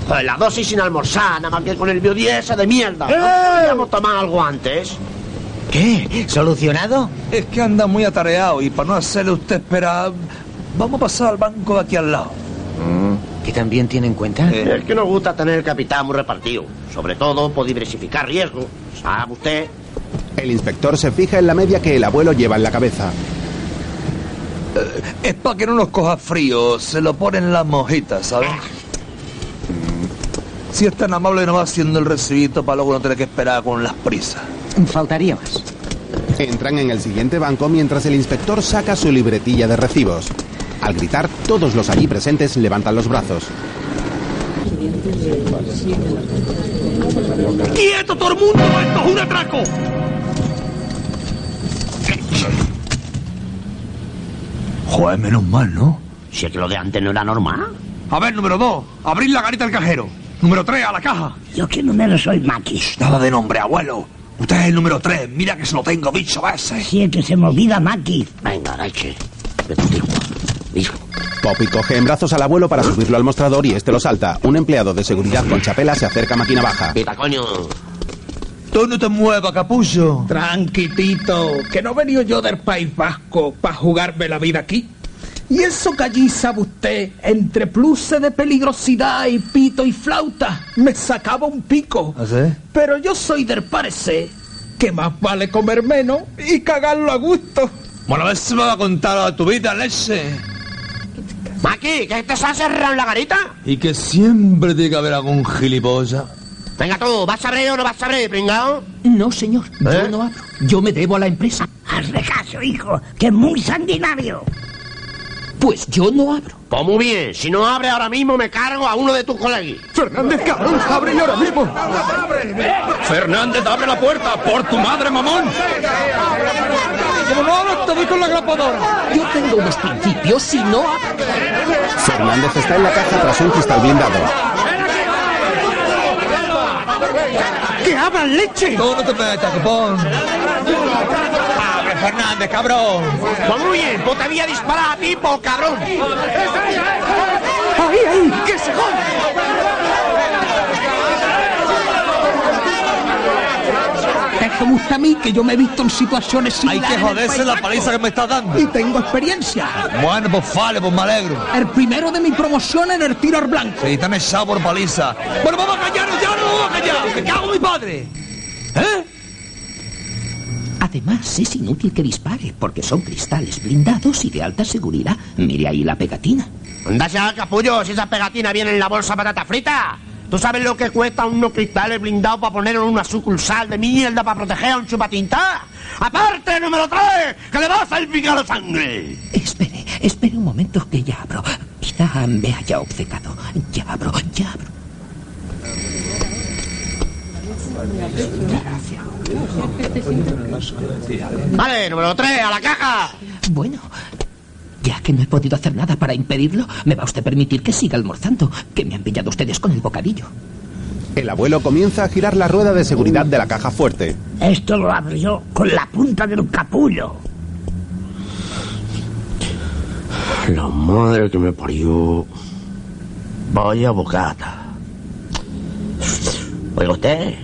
[SPEAKER 3] Pues la dosis sin almorzar, nada más que con el biodiesa de mierda.
[SPEAKER 4] ¡Eh!
[SPEAKER 3] ¿No podíamos tomar algo antes?
[SPEAKER 4] Eh,
[SPEAKER 20] ¿Qué? ¿Solucionado?
[SPEAKER 4] Es que anda muy atareado y para no hacerle usted esperar, vamos a pasar al banco de aquí al lado.
[SPEAKER 20] ¿Que también tiene en cuenta?
[SPEAKER 4] Eh.
[SPEAKER 3] Es que nos gusta tener el capital muy repartido. Sobre todo por diversificar riesgo. ¿Sabe usted?
[SPEAKER 1] El inspector se fija en la media que el abuelo lleva en la cabeza.
[SPEAKER 4] Es para que no nos coja frío, se lo ponen las mojitas, ¿sabes? Mm. Si es tan amable, nos va haciendo el recibito para luego no tener que esperar con las prisas.
[SPEAKER 1] Faltaría más. Entran en el siguiente banco mientras el inspector saca su libretilla de recibos. Al gritar, todos los allí presentes levantan los brazos.
[SPEAKER 20] ¡Quieto todo el mundo! ¡Esto es un atraco!
[SPEAKER 4] Joder, menos mal, ¿no?
[SPEAKER 25] Si es que lo de antes no era normal.
[SPEAKER 4] A ver, número dos, abrid la garita del cajero. Número tres, a la caja.
[SPEAKER 13] ¿Yo qué número soy, Maki?
[SPEAKER 4] Nada de nombre, abuelo. Usted es el número tres. Mira que se lo tengo dicho a veces.
[SPEAKER 13] Siete, se me olvida, Maki.
[SPEAKER 25] Venga, leche.
[SPEAKER 1] Poppy coge en brazos al abuelo para subirlo al mostrador y este lo salta. Un empleado de seguridad con chapela se acerca a máquina baja.
[SPEAKER 25] coño!
[SPEAKER 4] Tú no te muevas, capullo.
[SPEAKER 7] Tranquitito, que no he venido yo del País Vasco para jugarme la vida aquí. Y eso que allí sabe usted, entre pluses de peligrosidad y pito y flauta, me sacaba un pico.
[SPEAKER 4] ¿Así?
[SPEAKER 7] Pero yo soy del parecer que más vale comer menos y cagarlo a gusto.
[SPEAKER 4] Bueno, a ver si me va a contar a tu vida, leche.
[SPEAKER 3] Maki, ¿que te has cerrado la garita?
[SPEAKER 4] Y que siempre tiene que haber algún gilipollas.
[SPEAKER 3] Venga tú, ¿vas a abrir o no vas a abrir, pringao? ¿Eh?
[SPEAKER 26] No, señor, yo no hablo. Yo me debo a la empresa.
[SPEAKER 13] Hazle caso, hijo, que es muy sanguinario.
[SPEAKER 26] Pues yo no abro.
[SPEAKER 3] Pues muy bien, si no abre ahora mismo me cargo a uno de tus colegas.
[SPEAKER 6] Fernández, cabrón, ábrele ahora mismo. Fernández, abre la puerta, por tu madre, mamón.
[SPEAKER 26] ¡Vámonos, te voy con la grapadora! Yo tengo unos principios, si no abro.
[SPEAKER 1] Fernández está en la caja tras un cristal blindado.
[SPEAKER 7] ¡Que abran leche!
[SPEAKER 4] Tú no te metas, capón. Abre, Fernández, cabrón.
[SPEAKER 3] Pues muy bien, pues te voy a disparar a ti, por cabrón.
[SPEAKER 7] ¡Ahí, ahí! ¡Que se joda! Déjame usted a mí, que yo me he visto en situaciones
[SPEAKER 4] Hay
[SPEAKER 7] similares.
[SPEAKER 4] que
[SPEAKER 7] en el
[SPEAKER 4] joderse
[SPEAKER 7] País
[SPEAKER 4] la
[SPEAKER 7] Vasco.
[SPEAKER 4] paliza que me está dando.
[SPEAKER 7] Y tengo experiencia.
[SPEAKER 4] Bueno, pues vale, pues me alegro.
[SPEAKER 7] El primero de mi promoción en el tiro al blanco.
[SPEAKER 4] Sí, te han echado por paliza. Bueno, vamos a callarnos ya, no vamos a callar. ¡Me cago en mi padre! ¿Eh?
[SPEAKER 26] Además, es inútil que dispare, porque son cristales blindados y de alta seguridad. Mire ahí la pegatina.
[SPEAKER 3] Anda ya, capullo, si esa pegatina viene en la bolsa patata frita. ¿Tú sabes lo que cuesta unos cristales blindados para poner en una sucursal de mierda para proteger a un chupatinta? ¡Aparte, número 3! ¡Que le vas a salpicar la sangre!
[SPEAKER 26] Espere, espere un momento que ya abro. Quizá me haya obcecado. Ya abro, ya abro.
[SPEAKER 3] Vale, número 3, a la caja.
[SPEAKER 26] Bueno, ya que no he podido hacer nada para impedirlo, me va usted a permitir que siga almorzando, que me han pillado ustedes con el bocadillo.
[SPEAKER 1] El abuelo comienza a girar la rueda de seguridad de la caja fuerte.
[SPEAKER 13] Esto lo abro yo con la punta de un capullo.
[SPEAKER 3] La madre que me parió. Vaya bocata.
[SPEAKER 25] Oiga usted,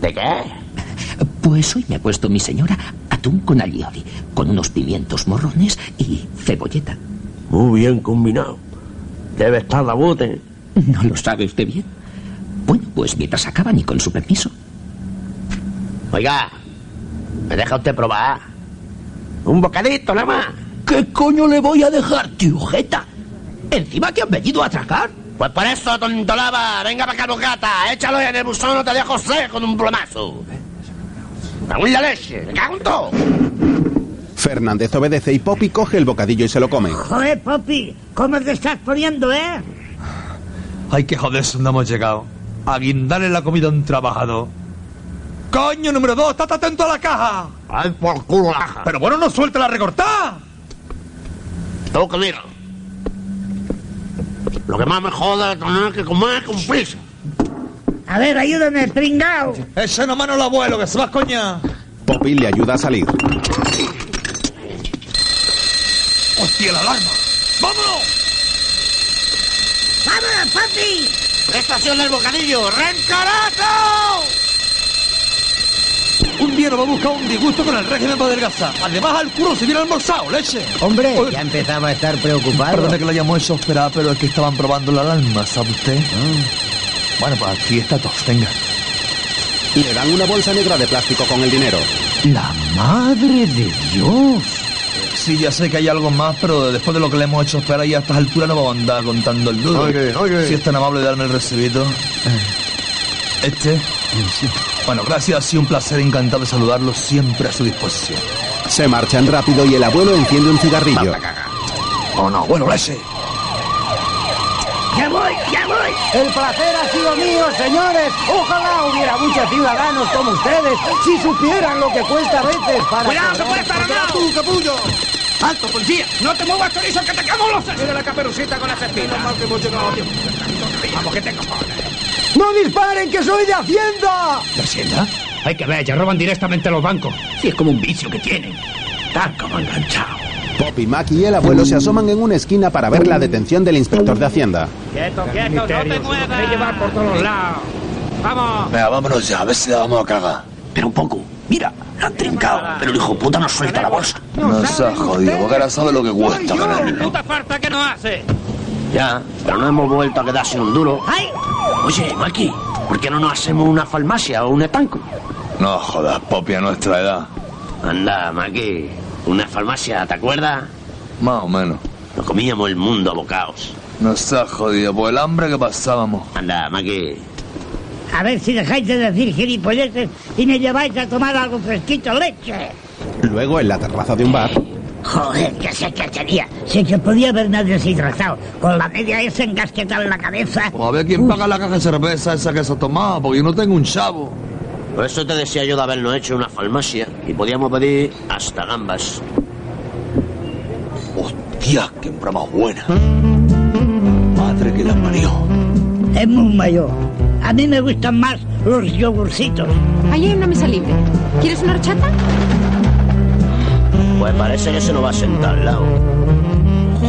[SPEAKER 25] ¿de qué?
[SPEAKER 26] Pues hoy me ha puesto mi señora atún con alioli, con unos pimientos morrones y cebolleta.
[SPEAKER 3] Muy bien combinado. Debe estar la bote.
[SPEAKER 26] ¿No lo sabe usted bien? Bueno, pues mientras acaban y con su permiso.
[SPEAKER 3] Oiga, ¿me deja usted probar? Un bocadito nada más.
[SPEAKER 20] ¿Qué coño le voy a dejar, tiujeta? Encima que han venido a atracar.
[SPEAKER 3] Pues por eso, tontolaba, venga para acá, bocata. Échalo en el buzón, no te dejo ser con un plomazo. Aún la leche, me cago en todo.
[SPEAKER 1] Fernández obedece y Poppy coge el bocadillo y se lo come.
[SPEAKER 13] Joder, Poppy, ¿cómo te estás poniendo, eh?
[SPEAKER 4] Hay que joderse donde hemos llegado. A guindarle la comida a un trabajador. ¡Coño, número dos! ¡Estate atento a la caja!
[SPEAKER 3] ¡Ay, por culo la caja!
[SPEAKER 4] ¡Pero bueno, no suelta la recortada!
[SPEAKER 3] Tengo que mira. Lo que más me jode de tener que comer con prisa.
[SPEAKER 13] A ver, ayúdame, pringao.
[SPEAKER 4] ¡Echa una mano al abuelo, que se va a coñar!
[SPEAKER 1] Poppy le ayuda a salir.
[SPEAKER 4] ¡Hostia, la alarma! ¡Vámonos!
[SPEAKER 13] ¡Vámonos, Poppy!
[SPEAKER 3] Estación del bocadillo, rencarato.
[SPEAKER 4] Un día nos va a buscar un disgusto con el régimen para adelgazar. Además, al culo se viene almorzado, leche.
[SPEAKER 27] Hombre,
[SPEAKER 4] Oye,
[SPEAKER 27] ya empezaba a estar preocupado.
[SPEAKER 4] Perdone que lo hayamos hecho esperar, pero es que estaban probando la alarma, ¿sabe usted?
[SPEAKER 27] Ah.
[SPEAKER 4] Bueno, pues aquí está todo, tenga.
[SPEAKER 1] Le dan una bolsa negra de plástico con el dinero.
[SPEAKER 27] La madre de Dios.
[SPEAKER 4] Sí, ya sé que hay algo más, pero después de lo que le hemos hecho esperar y a estas alturas no vamos a andar contando el duro.
[SPEAKER 28] Oye, oye.
[SPEAKER 4] Si es tan amable de darme el recibito.
[SPEAKER 27] Eh.
[SPEAKER 4] Este. Bueno, gracias, ha sido un placer, encantado de saludarlo, siempre a su disposición.
[SPEAKER 1] Se marchan rápido y el abuelo enciende un cigarrillo.
[SPEAKER 4] Oh no, bueno, gracias.
[SPEAKER 7] ¡Ya voy, ya voy! El placer ha sido mío, señores. Ojalá hubiera muchos ciudadanos como ustedes si supieran lo que cuesta a veces para...
[SPEAKER 6] ¡Cuidado, que
[SPEAKER 7] cobrar.
[SPEAKER 6] puedes estar armado! ¡Tú, capullo!
[SPEAKER 7] Ah,
[SPEAKER 6] ¡Alto, policía! ¡No te muevas, chorizo, que te cago en los sesos! ¡Mira la caperucita con las espinas! mal que hemos llegado, tío! ¡Vamos, que te cojones!
[SPEAKER 7] ¡No disparen, que soy de Hacienda!
[SPEAKER 29] ¿La hacienda? Hay que ver, ya roban directamente a los bancos. Si es como un vicio que tienen. Están como enganchados.
[SPEAKER 1] Poppy, Mac y el abuelo se asoman en una esquina para ver la detención del inspector de Hacienda.
[SPEAKER 30] Quieto, quieto, no te muevas. Te llevar por todos lados. Vamos.
[SPEAKER 4] Venga, vámonos ya, a ver si la vamos a cagar. Pero un poco. Mira, la han trincado, pero el hijo puta no suelta la bolsa.
[SPEAKER 28] No se ha jodido, porque ahora sabe lo que cuesta, canalla.
[SPEAKER 30] Puta falta que no hace.
[SPEAKER 3] Ya, pero no hemos vuelto a quedar sin un duro.
[SPEAKER 30] ¡Ay!
[SPEAKER 3] Oye, Maki, ¿por qué no nos hacemos una farmacia o un estanco?
[SPEAKER 28] No jodas, Poppy, a nuestra edad.
[SPEAKER 3] Anda, Maki, una farmacia, ¿te acuerdas?
[SPEAKER 4] Más o menos.
[SPEAKER 3] Nos comíamos el mundo a bocaos.
[SPEAKER 4] No se ha jodido, por el hambre que pasábamos.
[SPEAKER 3] Anda, Maki.
[SPEAKER 13] A ver si dejáis de decir gilipolleces y me lleváis a tomar algo fresquito, leche.
[SPEAKER 1] Luego, en la terraza de un bar,
[SPEAKER 13] Joder, qué secretaría. Si que podía haberme deshidratado con la media esa encasquetada en la cabeza.
[SPEAKER 4] Pues a ver quién paga la caja de cerveza esa que se ha tomado, porque yo no tengo un chavo.
[SPEAKER 3] Por eso te decía yo de habernos hecho una farmacia y podíamos pedir hasta gambas.
[SPEAKER 4] Hostia, qué broma buena. Madre que la parió.
[SPEAKER 13] Es muy mayor. A mí me gustan más los yogurcitos.
[SPEAKER 31] Ahí hay una mesa libre. ¿Quieres una horchata?
[SPEAKER 3] Pues parece que se nos va a sentar al lado.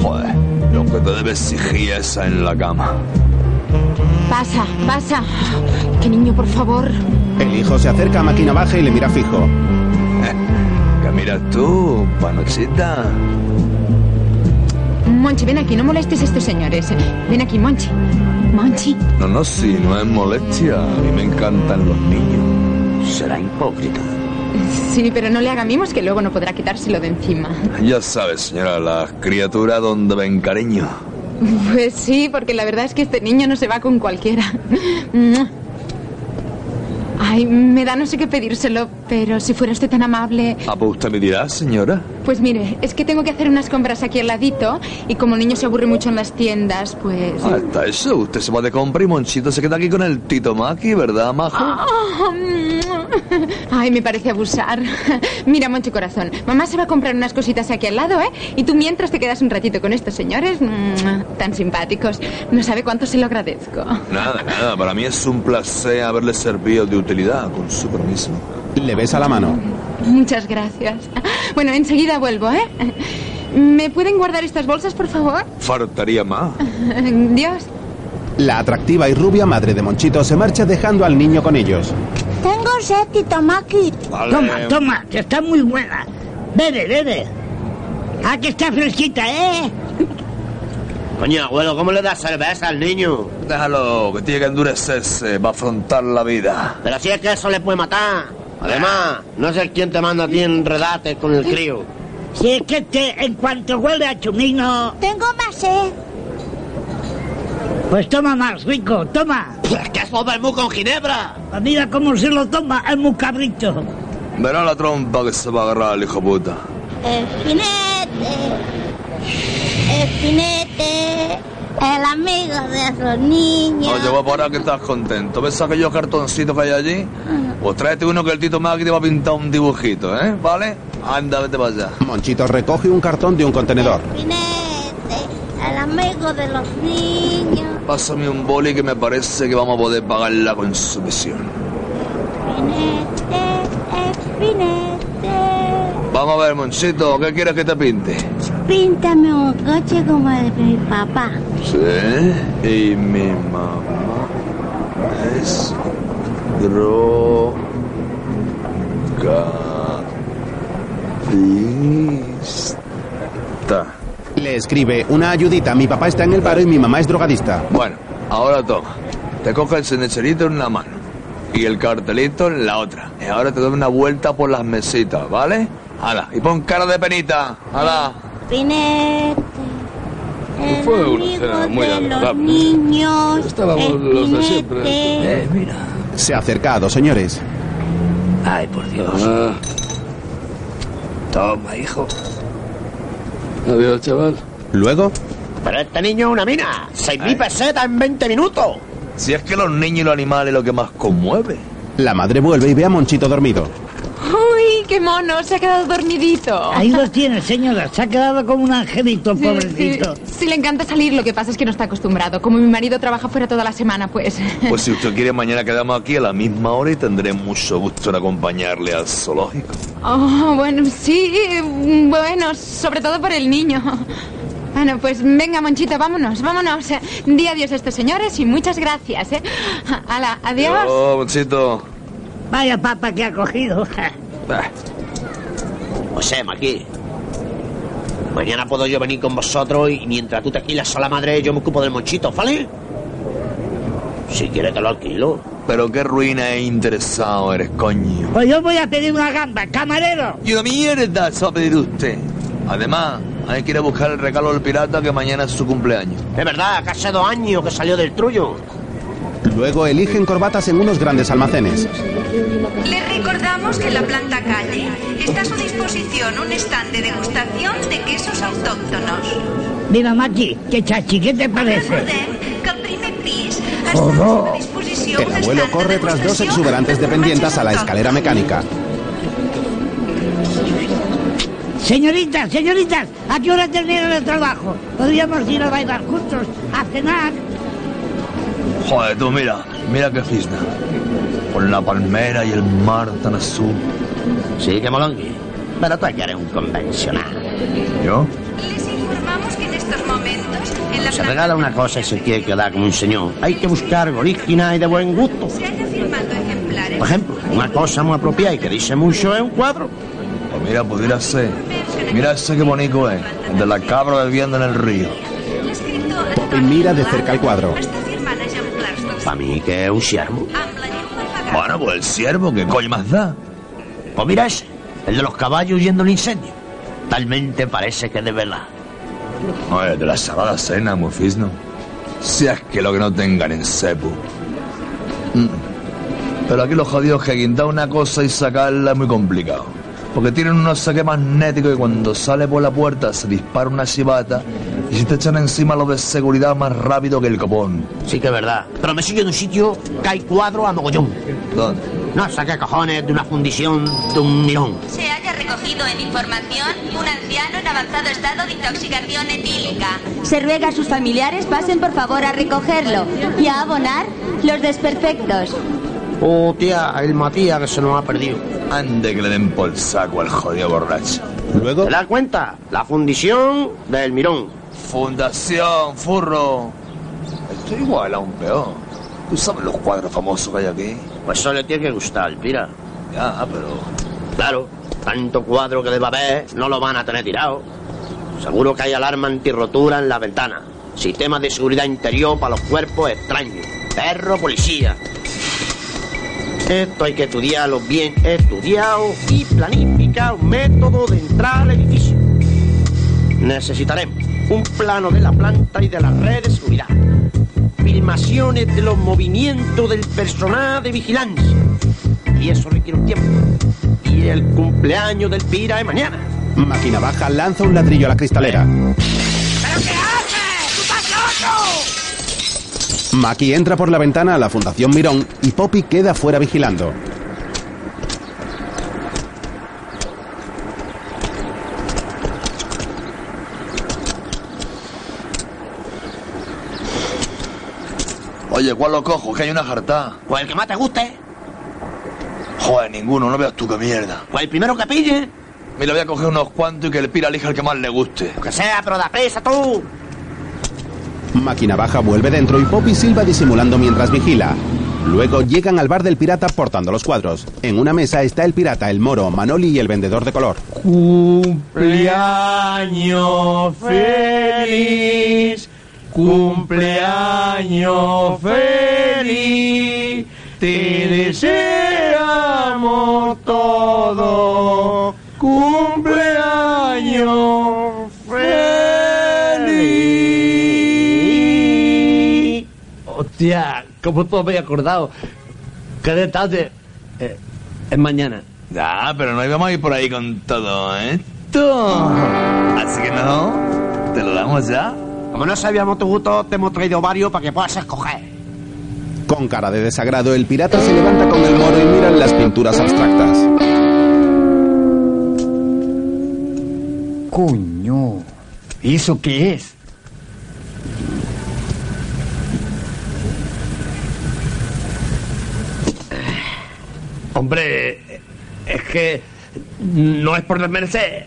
[SPEAKER 4] Joder, lo que te debe exigir esa en la cama.
[SPEAKER 31] Pasa, pasa. Que niño, por favor.
[SPEAKER 1] el hijo se acerca a máquina baja y le mira fijo.
[SPEAKER 4] Eh, Que miras tú, panochita.
[SPEAKER 31] Monchi, ven aquí, no molestes a estos señores. eh. Ven aquí, Monchi. Monchi.
[SPEAKER 4] No, no, sí, no es molestia. A mí me encantan los niños.
[SPEAKER 3] Será hipócrita.
[SPEAKER 31] Sí, pero no le haga mimos que luego no podrá quitárselo de encima.
[SPEAKER 4] Ya sabes, señora, las criaturas donde ven cariño.
[SPEAKER 31] Pues sí, porque la verdad es que este niño no se va con cualquiera. Mua. Ay, me da no sé qué pedírselo, pero si fuera usted tan amable.
[SPEAKER 4] Ah, pues usted me dirá, señora.
[SPEAKER 31] Pues mire, es que tengo que hacer unas compras aquí al ladito y como el niño se aburre mucho en las tiendas, pues...
[SPEAKER 4] Ah, está eso. Usted se va de compra y Monchito se queda aquí con el Tito Maki, ¿verdad, majo?
[SPEAKER 31] Ah, mua. Ay, me parece abusar. Mira, Moncho Corazón, mamá se va a comprar unas cositas aquí al lado, ¿eh? Y tú mientras te quedas un ratito con estos señores mua, tan simpáticos. No sabe cuánto se lo agradezco.
[SPEAKER 4] Nada, nada. Para mí es un placer haberle servido de utilidad, con su permiso.
[SPEAKER 1] Le besa la mano.
[SPEAKER 31] Muchas gracias. Bueno, enseguida vuelvo, ¿eh? ¿Me pueden guardar estas bolsas, por favor?
[SPEAKER 4] Faltaría más.
[SPEAKER 31] Dios.
[SPEAKER 1] La atractiva y rubia madre de Monchito se marcha dejando al niño con ellos.
[SPEAKER 13] Tengo sed, Titomaki.
[SPEAKER 1] Vale.
[SPEAKER 13] Toma, toma, que está muy buena. Bebe, bebe. Ah, que está fresquita, ¿eh?
[SPEAKER 3] Coño, abuelo, ¿cómo le das cerveza al niño?
[SPEAKER 4] Déjalo, que tiene que endurecerse. Va a afrontar la vida.
[SPEAKER 32] Pero si es que eso le puede matar. Además, no sé quién te manda a ti enredate con el crío.
[SPEAKER 13] Si es que
[SPEAKER 3] este,
[SPEAKER 13] te,
[SPEAKER 3] eh,
[SPEAKER 13] en cuanto huele a chumino... Tengo más
[SPEAKER 33] ¿eh?
[SPEAKER 13] sed. Pues toma más, rico, toma.
[SPEAKER 32] Pues ¡Que es vermú con ginebra!
[SPEAKER 13] Pues Mira cómo se lo toma, es muy cabrito.
[SPEAKER 4] Verá la trompa que se va a agarrar el hijo puta.
[SPEAKER 33] Espinete, Espinete, el amigo de esos niños.
[SPEAKER 4] Oye, voy para que estás contento. ¿Ves aquellos cartoncitos que hay allí? Pues tráete uno que el Tito Maki te va a pintar un dibujito, ¿eh? ¿Vale? Anda, vete para allá.
[SPEAKER 1] Monchito recoge un cartón de un contenedor.
[SPEAKER 33] El amigo de los niños.
[SPEAKER 4] Pásame un boli que me parece que vamos a poder pagar la consumición.
[SPEAKER 33] Espinete,
[SPEAKER 4] Vamos a ver, Monchito, ¿qué quieres que te pinte?
[SPEAKER 33] píntame un coche como el de mi papá.
[SPEAKER 4] Sí. Y mi mamá es drogadista.
[SPEAKER 1] Le escribe una ayudita. Mi papá está en el paro y mi mamá es drogadista.
[SPEAKER 4] Bueno, ahora toma. Te coge el sendecherito en una mano y el cartelito en la otra. Y ahora te doy una vuelta por las mesitas, ¿vale? Ala, y pon cara de penita. Ala.
[SPEAKER 34] Pinete. El
[SPEAKER 5] Fue una
[SPEAKER 34] amigo
[SPEAKER 5] cena muy
[SPEAKER 34] de los
[SPEAKER 5] agradable.
[SPEAKER 34] niños.
[SPEAKER 5] Estábamos los de siempre.
[SPEAKER 34] Espinete.
[SPEAKER 1] Se acerca a dos señores.
[SPEAKER 35] Ay, por Dios.
[SPEAKER 5] Ah.
[SPEAKER 1] Toma, hijo.
[SPEAKER 5] Adiós, chaval.
[SPEAKER 1] Luego,
[SPEAKER 3] Pero este niño es una mina.
[SPEAKER 4] Eh.
[SPEAKER 3] 6.000 pesetas en 20 minutos.
[SPEAKER 4] Si es que los niños y los animales es lo que más conmueve.
[SPEAKER 1] la madre vuelve y ve a Monchito dormido.
[SPEAKER 31] Uy, qué mono, se ha quedado dormidito.
[SPEAKER 13] Ahí lo tiene, señora. Se ha quedado como un angelito,
[SPEAKER 31] Sí,
[SPEAKER 13] pobrecito.
[SPEAKER 31] Sí, Sí, le encanta salir, lo que pasa es que no está acostumbrado. Como mi marido trabaja fuera toda la semana, pues...
[SPEAKER 4] Pues si usted quiere, mañana quedamos aquí a la misma hora y tendré mucho gusto en acompañarle al zoológico.
[SPEAKER 31] Oh, bueno, sí, bueno, sobre todo por el niño. Bueno, pues venga, Monchito, vámonos, vámonos. Eh, Di adiós a estos señores y muchas gracias, ¿eh? Hala, adiós.
[SPEAKER 4] Oh, Monchito.
[SPEAKER 13] Vaya papa que ha cogido.
[SPEAKER 4] eh.
[SPEAKER 3] José, aquí. Pues, eh, Mañana puedo yo venir con vosotros y mientras tú te alquilas a la madre, yo me ocupo del monchito, ¿vale?
[SPEAKER 4] Si quiere te lo alquilo. Pero qué ruina e interesado eres, coño.
[SPEAKER 13] Pues yo voy a pedir una gamba, camarero.
[SPEAKER 4] Y una mierda se va a pedir usted. Además, hay que ir a buscar el regalo del pirata que mañana es su cumpleaños.
[SPEAKER 3] Es verdad, que hace dos años que salió del trullo.
[SPEAKER 1] Luego eligen corbatas en unos grandes almacenes.
[SPEAKER 36] Les recordamos que en la planta calle está a su disposición un stand de degustación de quesos autóctonos.
[SPEAKER 13] Mira, Maki, qué chachi, ¿qué te parece?
[SPEAKER 36] Que al primer pis
[SPEAKER 1] Todo.
[SPEAKER 36] disposició
[SPEAKER 1] El abuelo corre tras dos exuberantes dependientas a la escalera mecánica.
[SPEAKER 13] Señoritas, señoritas, ¿a qué hora terminan el trabajo? Podríamos ir a bailar juntos, a cenar.
[SPEAKER 4] Joder, tú mira, mira qué cisna. Con la palmera y el mar tan azul.
[SPEAKER 3] Sí, que molongui. Pero tú aquí eres un convencional.
[SPEAKER 4] ¿Yo?
[SPEAKER 36] Les informamos que en estos momentos en la
[SPEAKER 3] Se
[SPEAKER 36] planta
[SPEAKER 3] regala una cosa y se quiere quedar como un señor. Hay que buscar original y de buen gusto.
[SPEAKER 36] se haya firmado ejemplares.
[SPEAKER 3] Por ejemplo, una cosa muy apropiada y que dice mucho es un cuadro.
[SPEAKER 4] Pues mira, pudiera ser. Mira ese qué bonito es. El de la cabra bebiendo en el río.
[SPEAKER 1] Poppy mira de cerca el cuadro.
[SPEAKER 4] Para mí que es un siervo. Bueno, pues el siervo, ¿qué coño más da?
[SPEAKER 3] Pues mira ese, el de los caballos yendo al incendio. Talmente parece que de verdad.
[SPEAKER 4] Oye, de la sagrada cena, Mufisno. Si es que lo que no tengan en sepu. Mm. Pero aquí los jodidos que guindar una cosa y sacarla es muy complicado. Porque tienen un no sé qué magnético y cuando sale por la puerta se dispara una chivata y se te echan encima los de seguridad más rápido que el copón.
[SPEAKER 3] Sí que es verdad. Pero me sigue en un sitio que hay cuadro a mogollón.
[SPEAKER 4] ¿Dónde?
[SPEAKER 3] No saqué cojones de una fundición de un mirón.
[SPEAKER 36] Se haya recogido en información un anciano en avanzado estado de intoxicación etílica.
[SPEAKER 37] Se ruega a sus familiares pasen por favor a recogerlo y a abonar los desperfectos.
[SPEAKER 3] Oh, tía, el Matías que se nos ha perdido.
[SPEAKER 4] Ande que le den por el saco al jodido borracho.
[SPEAKER 1] Luego.
[SPEAKER 3] ¿Te das cuenta? La fundición del mirón.
[SPEAKER 4] Fundación, furro. Estoy igual a un peón. ¿Tú sabes los cuadros famosos que hay aquí?
[SPEAKER 3] Pues eso le tiene que gustar, pira.
[SPEAKER 4] Ya, pero.
[SPEAKER 3] Claro, tanto cuadro que deba haber, no lo van a tener tirado. Seguro que hay alarma antirrotura en la ventana. Sistemas de seguridad interior para los cuerpos extraños. Perro, policía. Esto hay que estudiarlo bien estudiado y planificar un método de entrar al edificio. Necesitaremos un plano de la planta y de la red de seguridad. Filmaciones de los movimientos del personal de vigilancia. Y eso requiere un tiempo. Y el cumpleaños del Pira es mañana.
[SPEAKER 1] Máquina baja lanza un ladrillo a la cristalera. Maki entra por la ventana a la Fundación Mirón y Poppy queda fuera vigilando.
[SPEAKER 4] Oye, ¿cuál lo cojo? Que hay una jartá.
[SPEAKER 3] Pues el que más te guste.
[SPEAKER 4] Joder, ninguno, no veas tú qué mierda.
[SPEAKER 3] Pues el primero que pille.
[SPEAKER 4] Mira, voy a coger unos cuantos y que el pira elija el que más le guste.
[SPEAKER 3] Que sea, pero da prisa tú.
[SPEAKER 1] Máquina baja vuelve dentro y Poppy silba disimulando mientras vigila. Luego llegan al bar del pirata portando los cuadros. En una mesa está el pirata, el moro, Manoli y el vendedor de color.
[SPEAKER 6] Cumpleaños feliz, cumpleaños feliz, te deseamos todo. Cumpleaños
[SPEAKER 38] Hostia, como todo me he acordado. Qué tarde. Eh, es mañana.
[SPEAKER 4] Ah, pero no íbamos a ir por ahí con todo esto. Así que no, te lo damos ya.
[SPEAKER 39] Como no sabíamos tu gusto, te hemos traído varios para que puedas escoger.
[SPEAKER 1] Con cara de desagrado, el pirata se levanta con el moro y mira en las pinturas abstractas.
[SPEAKER 12] Coño, ¿eso qué es?
[SPEAKER 40] Hombre, es que no es por desmerecer.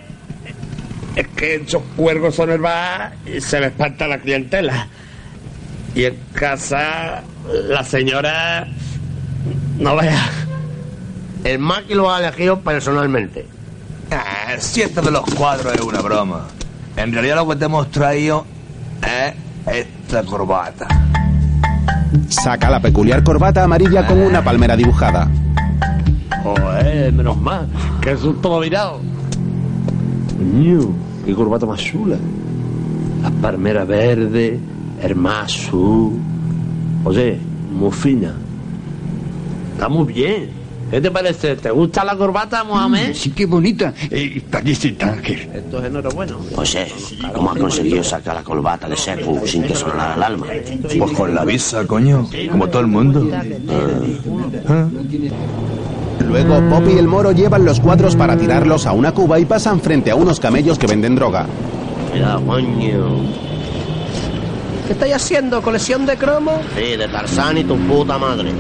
[SPEAKER 40] Es que esos cuergos son el bar y se me espanta la clientela. Y en casa, la señora. No vea.
[SPEAKER 39] El Maki lo ha elegido personalmente.
[SPEAKER 4] Ah, si esto de los cuadros es una broma. En realidad lo que te hemos traído es esta corbata.
[SPEAKER 1] Saca la peculiar corbata amarilla con una palmera dibujada.
[SPEAKER 38] Joder, menos mal. Qué susto me ha mirado. Coño, qué corbata más chula. La palmera verde, hermoso. Oye, muy fina. Está muy bien. ¿Qué te parece? ¿Te gusta la corbata, Mohamed?
[SPEAKER 12] Sí, qué bonita. Eh, parece Tanger.
[SPEAKER 40] Esto es enhorabuena.
[SPEAKER 3] José, Pues, eh, ¿cómo has conseguido sacar la colbata de Sepu sin que sonara la alarma? Ah.
[SPEAKER 4] Pues con la visa, coño. Como todo el mundo.
[SPEAKER 1] Luego, Poppy y el moro llevan los cuadros para tirarlos a una cuba y pasan frente a unos camellos que venden droga.
[SPEAKER 3] Cuidado, coño.
[SPEAKER 39] ¿Qué estáis haciendo? ¿Colección de cromos?
[SPEAKER 3] Sí, de Tarzán y tu puta madre.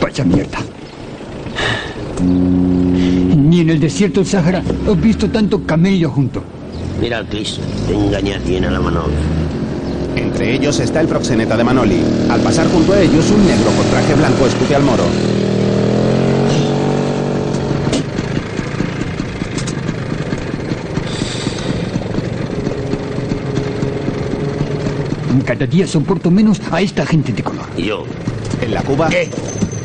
[SPEAKER 12] Vaya mierda. Ni en el desierto del Sahara he visto tanto camello junto.
[SPEAKER 3] Mira, Chris, te engañas bien a la mano.
[SPEAKER 1] Entre ellos está el proxeneta de Manoli. Al pasar junto a ellos, un negro con traje blanco escupe al moro.
[SPEAKER 12] Cada día soporto menos a esta gente de color.
[SPEAKER 3] ¿Y yo?
[SPEAKER 1] En la Cuba.
[SPEAKER 12] ¿Qué?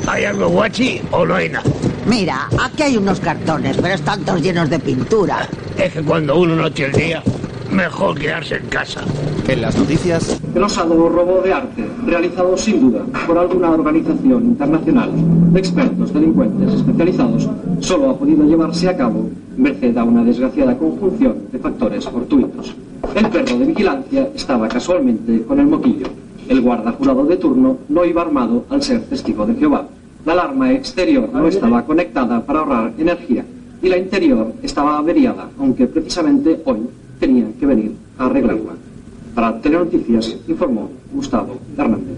[SPEAKER 39] ¿Hay algo guachi o no hay nada?
[SPEAKER 13] Mira, aquí hay unos cartones, pero están todos llenos de pintura.
[SPEAKER 39] Es que cuando uno no tiene día, mejor quedarse en casa.
[SPEAKER 1] En las noticias.
[SPEAKER 6] Grosado robo de arte, realizado sin duda por alguna organización internacional de expertos delincuentes especializados, solo ha podido llevarse a cabo merced a una desgraciada conjunción de factores fortuitos. El perro de vigilancia estaba casualmente con el moquillo. El guarda jurado de turno no iba armado al ser testigo de Jehová. La alarma exterior no estaba conectada para ahorrar energía y la interior estaba averiada, aunque precisamente hoy tenía que venir a arreglarla. Para Telenoticias informó Gustavo Hernández.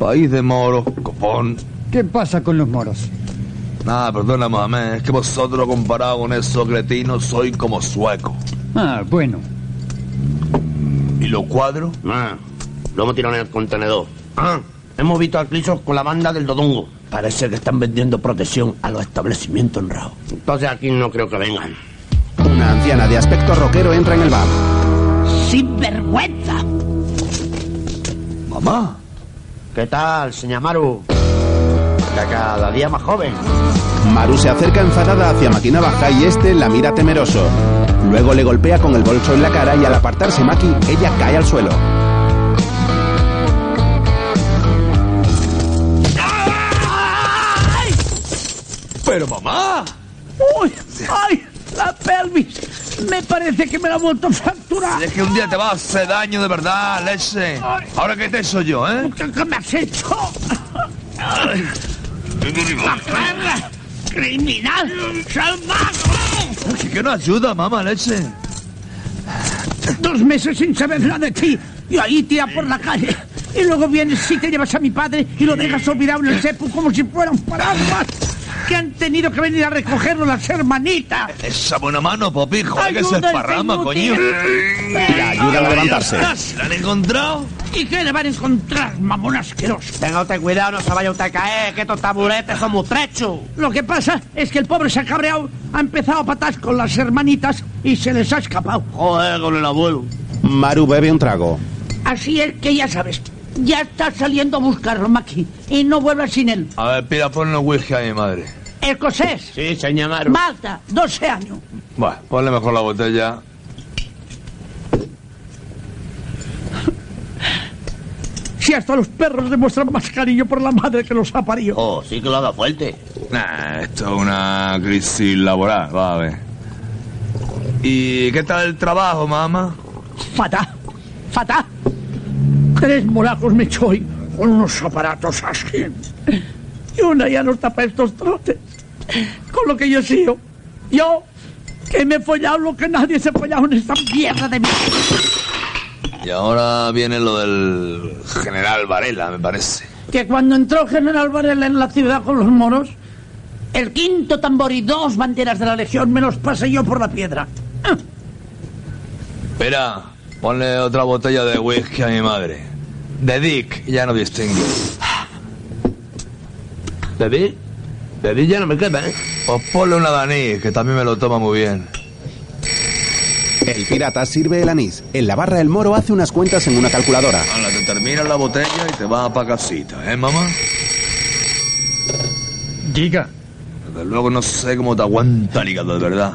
[SPEAKER 4] País de moros, copón.
[SPEAKER 12] ¿Qué pasa con los moros?
[SPEAKER 4] Ah, perdona, mamá, es que vosotros comparado con esos cretinos soy como sueco.
[SPEAKER 12] Ah, bueno.
[SPEAKER 4] ¿Y los cuadros?
[SPEAKER 3] Ah, lo hemos tirado en el contenedor.
[SPEAKER 40] Ah, hemos visto al Clisos con la banda del Dodongo. Parece que están vendiendo protección a los establecimientos honrados.
[SPEAKER 3] Entonces aquí no creo que vengan.
[SPEAKER 1] Una anciana de aspecto rockero entra en el bar.
[SPEAKER 13] ¡Sin vergüenza!
[SPEAKER 4] Mamá.
[SPEAKER 39] ¿Qué tal, señor Maru? Está cada día más joven.
[SPEAKER 1] Maru se acerca enfadada hacia Máquina Baja y este la mira temeroso. Luego le golpea con el bolso en la cara y al apartarse Maki, ella cae al suelo.
[SPEAKER 4] ¡Ay! ¡Pero mamá!
[SPEAKER 7] ¡Uy! ¡Ay! ¡La pelvis! Me parece que me la he vuelto a fracturar.
[SPEAKER 4] Si es que un día te va a hacer daño de verdad, leche. Ahora que te soy yo, ¿eh?
[SPEAKER 7] ¿Qué, qué me has hecho? ¡Macarra! ¡Criminal! ¡Salvaje!
[SPEAKER 4] Uy, que no ayuda, mamá, leche.
[SPEAKER 7] Dos meses sin saber nada de ti y ahí tira por la calle. Y luego vienes y te llevas a mi padre y lo dejas olvidado en el sepu como si fuera un paraguas. Que han tenido que venir a recogerlo las hermanitas.
[SPEAKER 4] Esa buena mano, Popi, joder, que se
[SPEAKER 7] Ayuda,
[SPEAKER 4] esparrama, coño.
[SPEAKER 7] inútil.
[SPEAKER 1] Le ayuda a levantarse.
[SPEAKER 4] ¿La han encontrado?
[SPEAKER 7] ¿Y qué le van a encontrar, mamón asqueroso?
[SPEAKER 39] Tenga usted cuidado, no se vaya usted a caer, que estos taburetes son muy trechos.
[SPEAKER 7] Lo que pasa es que el pobre se ha cabreado, ha empezado a patas con las hermanitas y se les ha escapado.
[SPEAKER 39] Joder, con el abuelo.
[SPEAKER 1] Maru bebe un trago.
[SPEAKER 7] Así es que ya sabes, ya está saliendo a buscarlo, Maki, y no vuelvas sin él.
[SPEAKER 4] A ver, pira, ponle whisky a mi madre.
[SPEAKER 7] Escocés,
[SPEAKER 3] Sí, señor Maru.
[SPEAKER 7] Malta, 12 años.
[SPEAKER 4] Bueno, ponle mejor la botella.
[SPEAKER 7] Si hasta los perros demuestran más cariño por la madre que los ha parido.
[SPEAKER 3] Oh, sí que lo haga fuerte.
[SPEAKER 4] Nah, esto es una crisis laboral, va a ver. ¿Y qué tal el trabajo, mamá?
[SPEAKER 7] Fatá, fatá. Tres moracos me echó hoy con unos aparatos así. Y una ya nos tapa estos trotes. Con lo que yo sigo. Yo, que me he follado lo que nadie se ha follado en esta mierda de mí.
[SPEAKER 4] Y ahora viene lo del general Varela, me parece.
[SPEAKER 7] Que cuando entró General Varela en la ciudad con los moros, el quinto tambor y dos banderas de la legión me los pasé yo por la piedra. Ah,
[SPEAKER 4] Espera, ponle otra botella de whisky a mi madre. De Dick, ya no distingue.
[SPEAKER 41] ¿De Dick? De Dick ya no me queda, ¿eh?
[SPEAKER 4] Pues ponle un adanís, que también me lo toma muy bien.
[SPEAKER 1] El pirata sirve el anís. En la barra el moro hace unas cuentas en una calculadora.
[SPEAKER 4] Hala, te terminas la botella y te vas para casita, ¿eh, mamá?
[SPEAKER 7] Diga.
[SPEAKER 4] Desde luego no sé cómo te aguanta el hígado, de verdad.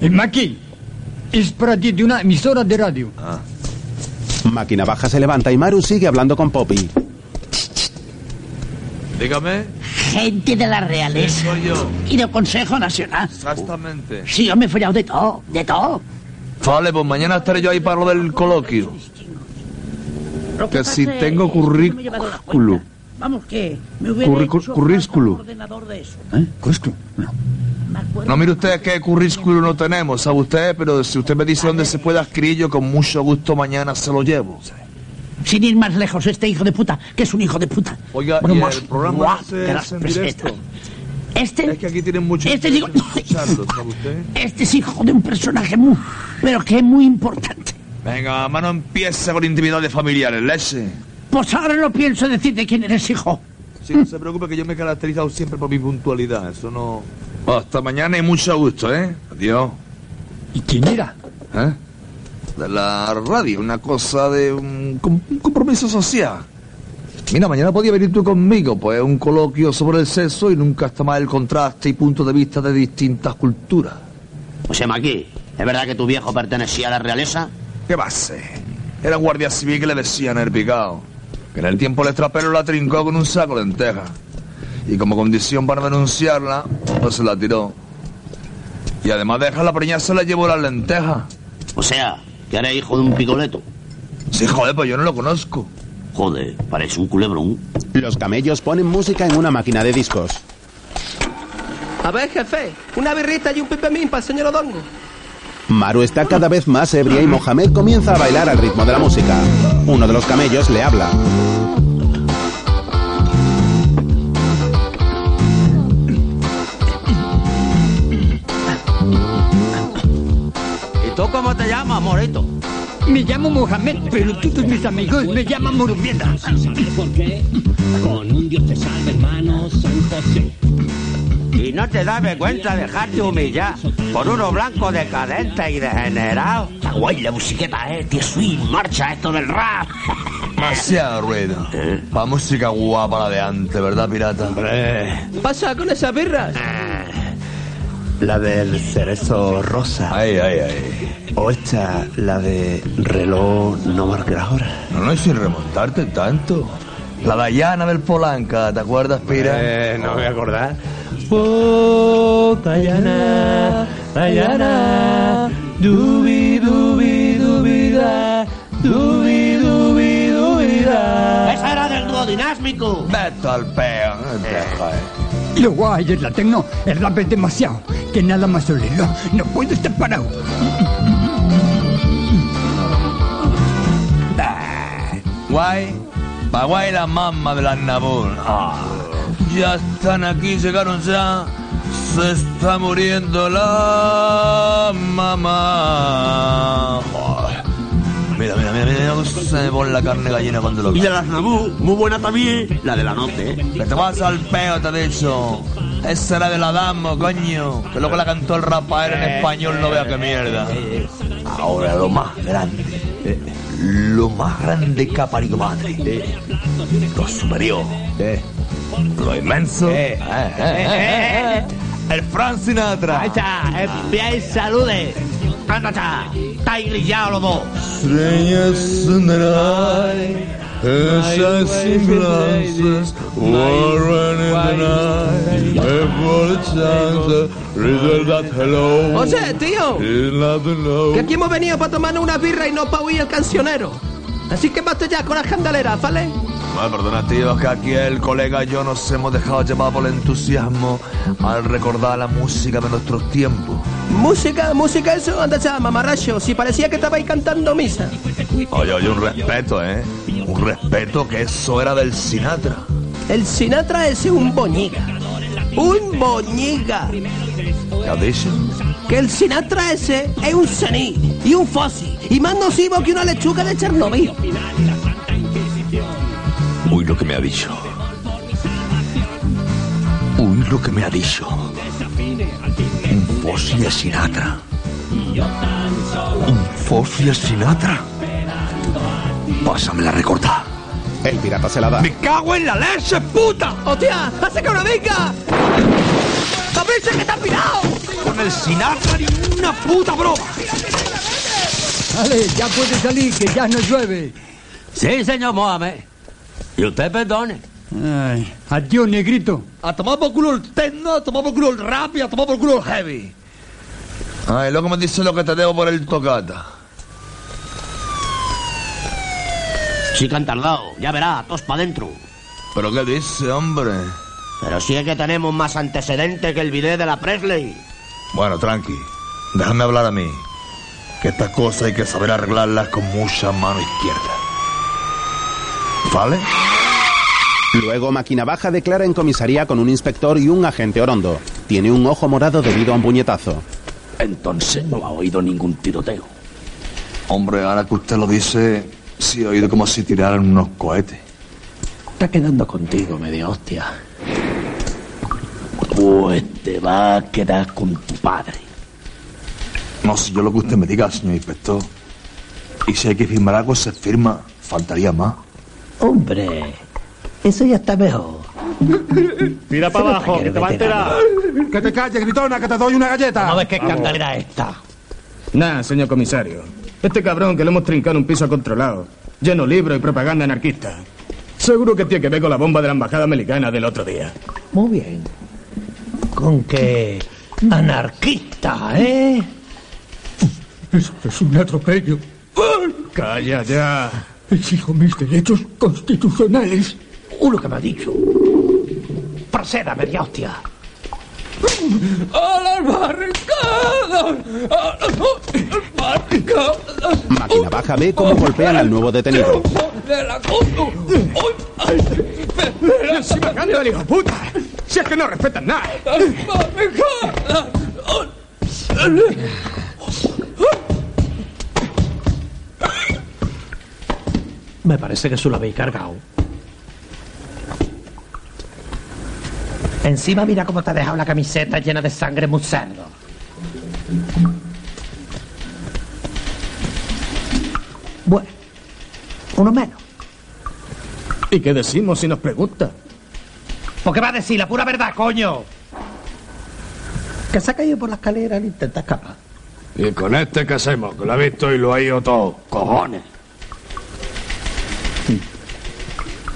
[SPEAKER 7] El Maki es para ti de una emisora de radio.
[SPEAKER 39] Ah.
[SPEAKER 1] Máquina baja se levanta y Maru sigue hablando con Poppy.
[SPEAKER 4] Dígame.
[SPEAKER 13] Gente de las reales.
[SPEAKER 4] Sí, soy yo.
[SPEAKER 13] Y del Consejo Nacional.
[SPEAKER 4] Exactamente.
[SPEAKER 13] Sí, yo me he follado de todo, de todo.
[SPEAKER 4] Vale, pues mañana estaré yo ahí para lo del coloquio. Que si
[SPEAKER 13] pasa es-
[SPEAKER 4] tengo currículum.
[SPEAKER 13] Vamos, que me hubiera
[SPEAKER 4] Curricu-
[SPEAKER 13] hecho
[SPEAKER 4] Currículum.
[SPEAKER 13] ordenador de eso.
[SPEAKER 4] ¿Eh? No mire usted qué currículum no tenemos, sabe usted, pero si usted me dice dónde se puede adquirir, yo con mucho gusto mañana se lo llevo.
[SPEAKER 13] Sin ir más lejos, este hijo de puta, que es un hijo de puta.
[SPEAKER 4] Oiga,
[SPEAKER 13] Bueno,
[SPEAKER 4] ¿y
[SPEAKER 13] más
[SPEAKER 4] el programa
[SPEAKER 13] guapo
[SPEAKER 4] ese
[SPEAKER 13] que las
[SPEAKER 4] es en
[SPEAKER 13] pesetas.
[SPEAKER 4] directo?
[SPEAKER 13] Este.
[SPEAKER 4] Es que aquí tienen mucho
[SPEAKER 13] Este
[SPEAKER 4] interés
[SPEAKER 13] digo-
[SPEAKER 4] en escucharlo, ¿sabe usted?
[SPEAKER 13] Este es hijo de un personaje muy. Pero que es muy importante.
[SPEAKER 4] Venga, mamá, no empiece con intimidades familiares, leche.
[SPEAKER 7] Pues ahora no pienso decirte quién eres, hijo.
[SPEAKER 4] Sí, no se preocupe que yo me he caracterizado siempre por mi puntualidad, eso no... Hasta mañana y mucho gusto, ¿eh? Adiós.
[SPEAKER 7] ¿Y quién era?
[SPEAKER 4] ¿Eh? De la radio, una cosa de un, com- un compromiso social. Mira, mañana podía venir tú conmigo, pues un coloquio sobre el sexo y nunca está mal el contraste y punto de vista de distintas culturas.
[SPEAKER 3] O sea, Maqui, Pues, ¿es verdad que tu viejo pertenecía a la realeza?
[SPEAKER 4] ¿Qué va a ser? Era un guardia civil que le decían el picado. Que en el tiempo el extrapero la trincó con un saco de lentejas. Y como condición para denunciarla, pues se la tiró. Y además de dejarla preñar, se la llevó las lentejas.
[SPEAKER 3] O sea, que era hijo de un picoleto.
[SPEAKER 4] Sí, joder, pues yo no lo conozco.
[SPEAKER 3] Joder, parece un culebrón.
[SPEAKER 1] Los camellos ponen música en una máquina de discos.
[SPEAKER 12] A ver, jefe, una birrita y un pipemín para el señor Odongo.
[SPEAKER 1] Maru está cada vez más ebria y Mohamed comienza a bailar al ritmo de la música. Uno de los camellos le habla.
[SPEAKER 12] ¿Y tú cómo te llamas, Morito?
[SPEAKER 7] Me llamo Mohamed, pero todos mis amigos me llaman Morubieta.
[SPEAKER 42] ¿Por qué? Con un Dios te salve, hermano San José.
[SPEAKER 12] Y no te da vergüenza dejarte humillar por uno blanco decadente y degenerado.
[SPEAKER 3] Está guay la musiqueta, eh, tío swing, marcha esto del rap.
[SPEAKER 4] Demasiado ruido.
[SPEAKER 3] Eh.
[SPEAKER 4] Pa' música guapa la de antes, ¿verdad, pirata?
[SPEAKER 12] ¿Qué pasa con esas birras?
[SPEAKER 6] La del cerezo rosa.
[SPEAKER 4] Ay, ay, ay.
[SPEAKER 6] O esta, la de reloj no marca la hora.
[SPEAKER 4] No, no, y sin remontarte tanto. La Dayana del Polanca, ¿te acuerdas, Pira?
[SPEAKER 6] Eh,
[SPEAKER 4] no me voy a acordar.
[SPEAKER 6] Oh,
[SPEAKER 4] Ah,
[SPEAKER 6] Dayana, Dayana, dubi, dubi, dubi, da, dubi, dubi, dubi, da.
[SPEAKER 43] Esa era del dúo dinásmico.
[SPEAKER 4] Vete al peo.
[SPEAKER 7] Lo guay es la tecno, el rap es demasiado, que nada más olerlo, no puedo estar parado.
[SPEAKER 4] Guay, pa' guay la mamá de las Nabul. Ah, ya están aquí, llegaron ya. Se está muriendo la mamá. Oh, Mira, mira, mira, mira, cómo se me pone la carne gallina cuando lo
[SPEAKER 12] Y de
[SPEAKER 4] veo.
[SPEAKER 12] las Nabú, muy buena también, la de la noche. ¿eh?
[SPEAKER 4] Que te vas al peo, te he dicho. Esa era de la damo, coño. Que luego la cantó el rapaero
[SPEAKER 12] Eh,
[SPEAKER 4] en español, no vea qué mierda. Ahora lo más grande. eh, lo más grande que ha parido madre. eh, lo superior. eh, lo inmenso. eh, eh, eh, eh, el Frank Sinatra.
[SPEAKER 43] FBI salude. Anda, está. Está grillado los dos.
[SPEAKER 4] Strangers in the night, As glasses Warren in the night Every chance Riddle that hello
[SPEAKER 6] Oye, tío.
[SPEAKER 4] Is not the low.
[SPEAKER 6] Que aquí hemos venido para tomarnos una birra y no para huir el cancionero. Así que basta ya con las candeleras, ¿vale?
[SPEAKER 4] Bueno, perdona, tío, que aquí el colega y yo nos hemos dejado llevar por el entusiasmo al recordar la música de nuestros tiempos.
[SPEAKER 6] Música, música, eso anda ya, mamarracho. Si parecía que estabais cantando misa.
[SPEAKER 4] Oye, oye, un respeto, ¿eh? Un respeto que eso era del Sinatra.
[SPEAKER 6] El Sinatra ese es un boñiga. ¡Un boñiga!
[SPEAKER 4] ¿Qué has dicho?
[SPEAKER 6] Que el Sinatra ese es un cení y un fósil y más nocivo que una lechuga de Chernobyl.
[SPEAKER 4] Uy, lo que me ha dicho. Uy, lo que me ha dicho. Un fósil de Sinatra. Un fósil de Sinatra. Pásame la recorta.
[SPEAKER 1] El pirata se la da.
[SPEAKER 6] ¡Me cago en la leche, puta! ¡Hostia! ¡Hace que una venga! ¡Cabrisa que está pirado!
[SPEAKER 4] Con el Sinatra ni una puta broma.
[SPEAKER 44] Vale, ya puede salir, que ya no llueve.
[SPEAKER 45] Sí, señor Mohamed. Y usted perdone.
[SPEAKER 44] Ay, adiós, negrito.
[SPEAKER 45] A tomar por culo el techno, a tomar por culo el rap y a tomar por culo el heavy.
[SPEAKER 4] Ay, luego Ah, me dice lo que te debo por el tocata.
[SPEAKER 3] Sí que han tardado, ya verá, todos para adentro.
[SPEAKER 4] ¿Pero qué dice, hombre?
[SPEAKER 3] Pero sí es que tenemos más antecedentes que el video de la Presley.
[SPEAKER 4] Bueno, tranqui, déjame hablar a mí. Que estas cosas hay que saber arreglarlas con mucha mano izquierda. ¿Vale?
[SPEAKER 1] Luego Maquinabaja declara en comisaría con un inspector y un agente orondo. Tiene un ojo morado debido a un puñetazo.
[SPEAKER 7] Entonces no ha oído ningún tiroteo.
[SPEAKER 4] Hombre, ahora que usted lo dice, sí he oído como si tiraran unos cohetes.
[SPEAKER 7] Está quedando contigo, media hostia. Pues te va a quedar con tu padre.
[SPEAKER 4] No, si yo lo que usted me diga, señor inspector. Y si hay que firmar algo, se firma. Faltaría más.
[SPEAKER 7] Hombre, eso ya está mejor.
[SPEAKER 46] Mira para abajo, que te va a enterar.
[SPEAKER 20] Que te calles, gritona, que te doy una galleta.
[SPEAKER 7] No ves qué escandalera esta.
[SPEAKER 20] Nah, señor comisario. Este cabrón que le hemos trincado en un piso controlado, lleno libro y propaganda anarquista. Seguro que tiene que ver con la bomba de la embajada americana del otro día.
[SPEAKER 7] Muy bien. Con que anarquista, ¿eh?
[SPEAKER 20] Eso
[SPEAKER 6] Este
[SPEAKER 20] es un atropello. Calla ya. Exijo mis derechos constitucionales.
[SPEAKER 7] Uno que me ha dicho. Proceda, media hostia.
[SPEAKER 6] ¡A las barricadas! ¡A las barricadas!
[SPEAKER 1] Máquina baja ve cómo golpean al nuevo detenido.
[SPEAKER 6] ¡De la coto!
[SPEAKER 20] ¡Si bajando de hijo puta! ¡Si es que no respetan nada!
[SPEAKER 6] ¡Barricadas!
[SPEAKER 7] Me parece que se lo habéis cargado.
[SPEAKER 6] Encima mira cómo te ha dejado la camiseta llena de sangre musardo.
[SPEAKER 7] Bueno, uno menos.
[SPEAKER 20] ¿Y qué decimos si nos pregunta?
[SPEAKER 6] ¿Por qué va a decir la pura verdad, coño?
[SPEAKER 7] Que se ha caído por la escalera al intentar escapar.
[SPEAKER 47] ¿Y con este qué hacemos? Que lo ha visto y lo ha ido todo. ¡Cojones!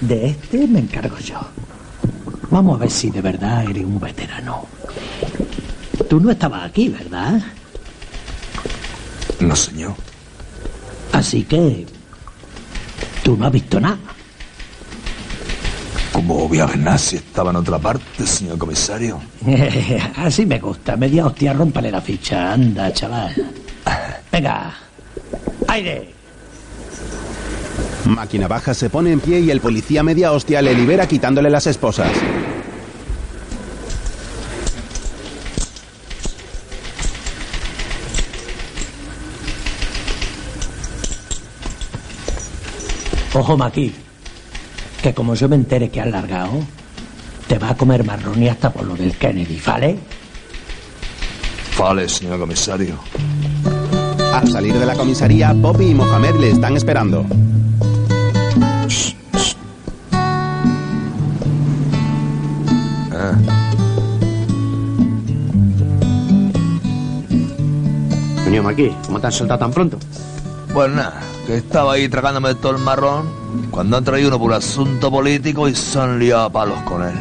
[SPEAKER 7] De este me encargo yo. Vamos a ver si de verdad eres un veterano. Tú no estabas aquí, ¿verdad?
[SPEAKER 4] No, señor.
[SPEAKER 7] Así que... Tú no has visto nada.
[SPEAKER 4] ¿Cómo voy a ver nada si estaba en otra parte, señor comisario?
[SPEAKER 7] Así me gusta. Media hostia, rómpale la ficha. Anda, chaval. Venga. Aire.
[SPEAKER 1] Máquina baja se pone en pie y el policía media hostia le libera quitándole las esposas.
[SPEAKER 7] Ojo, Maki, que como yo me entere que has largado, te va a comer marrón y hasta por lo del Kennedy, ¿vale?
[SPEAKER 4] Vale, Eh, señor comisario.
[SPEAKER 1] Al salir de la comisaría, Poppy y Mohamed le están esperando.
[SPEAKER 4] Ah.
[SPEAKER 3] Coño, aquí, ¿cómo te has soltado tan pronto?
[SPEAKER 4] Pues nada, que estaba ahí tragándome todo el marrón Cuando han traído uno por asunto político y se han liado a palos con él.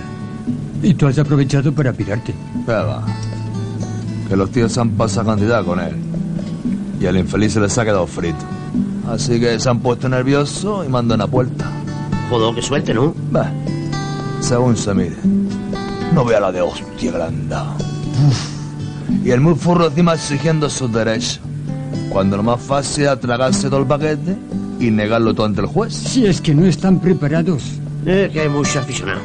[SPEAKER 36] Y tú has aprovechado para pirarte.
[SPEAKER 4] Prueba. Que los tíos han pasado cantidad con él. Y al infeliz se les ha quedado frito. Así que se han puesto nervioso y mandan a puerta.
[SPEAKER 7] Joder, que suerte, ¿no?
[SPEAKER 4] Bah, según se mire. No vea la de hostia grande. Y el muy furro encima exigiendo sus derechos. Cuando lo más fácil es tragarse todo el paquete y negarlo todo ante el juez.
[SPEAKER 36] Si es que no están preparados.
[SPEAKER 7] Es
[SPEAKER 4] Eh.
[SPEAKER 7] que hay mucho aficionado.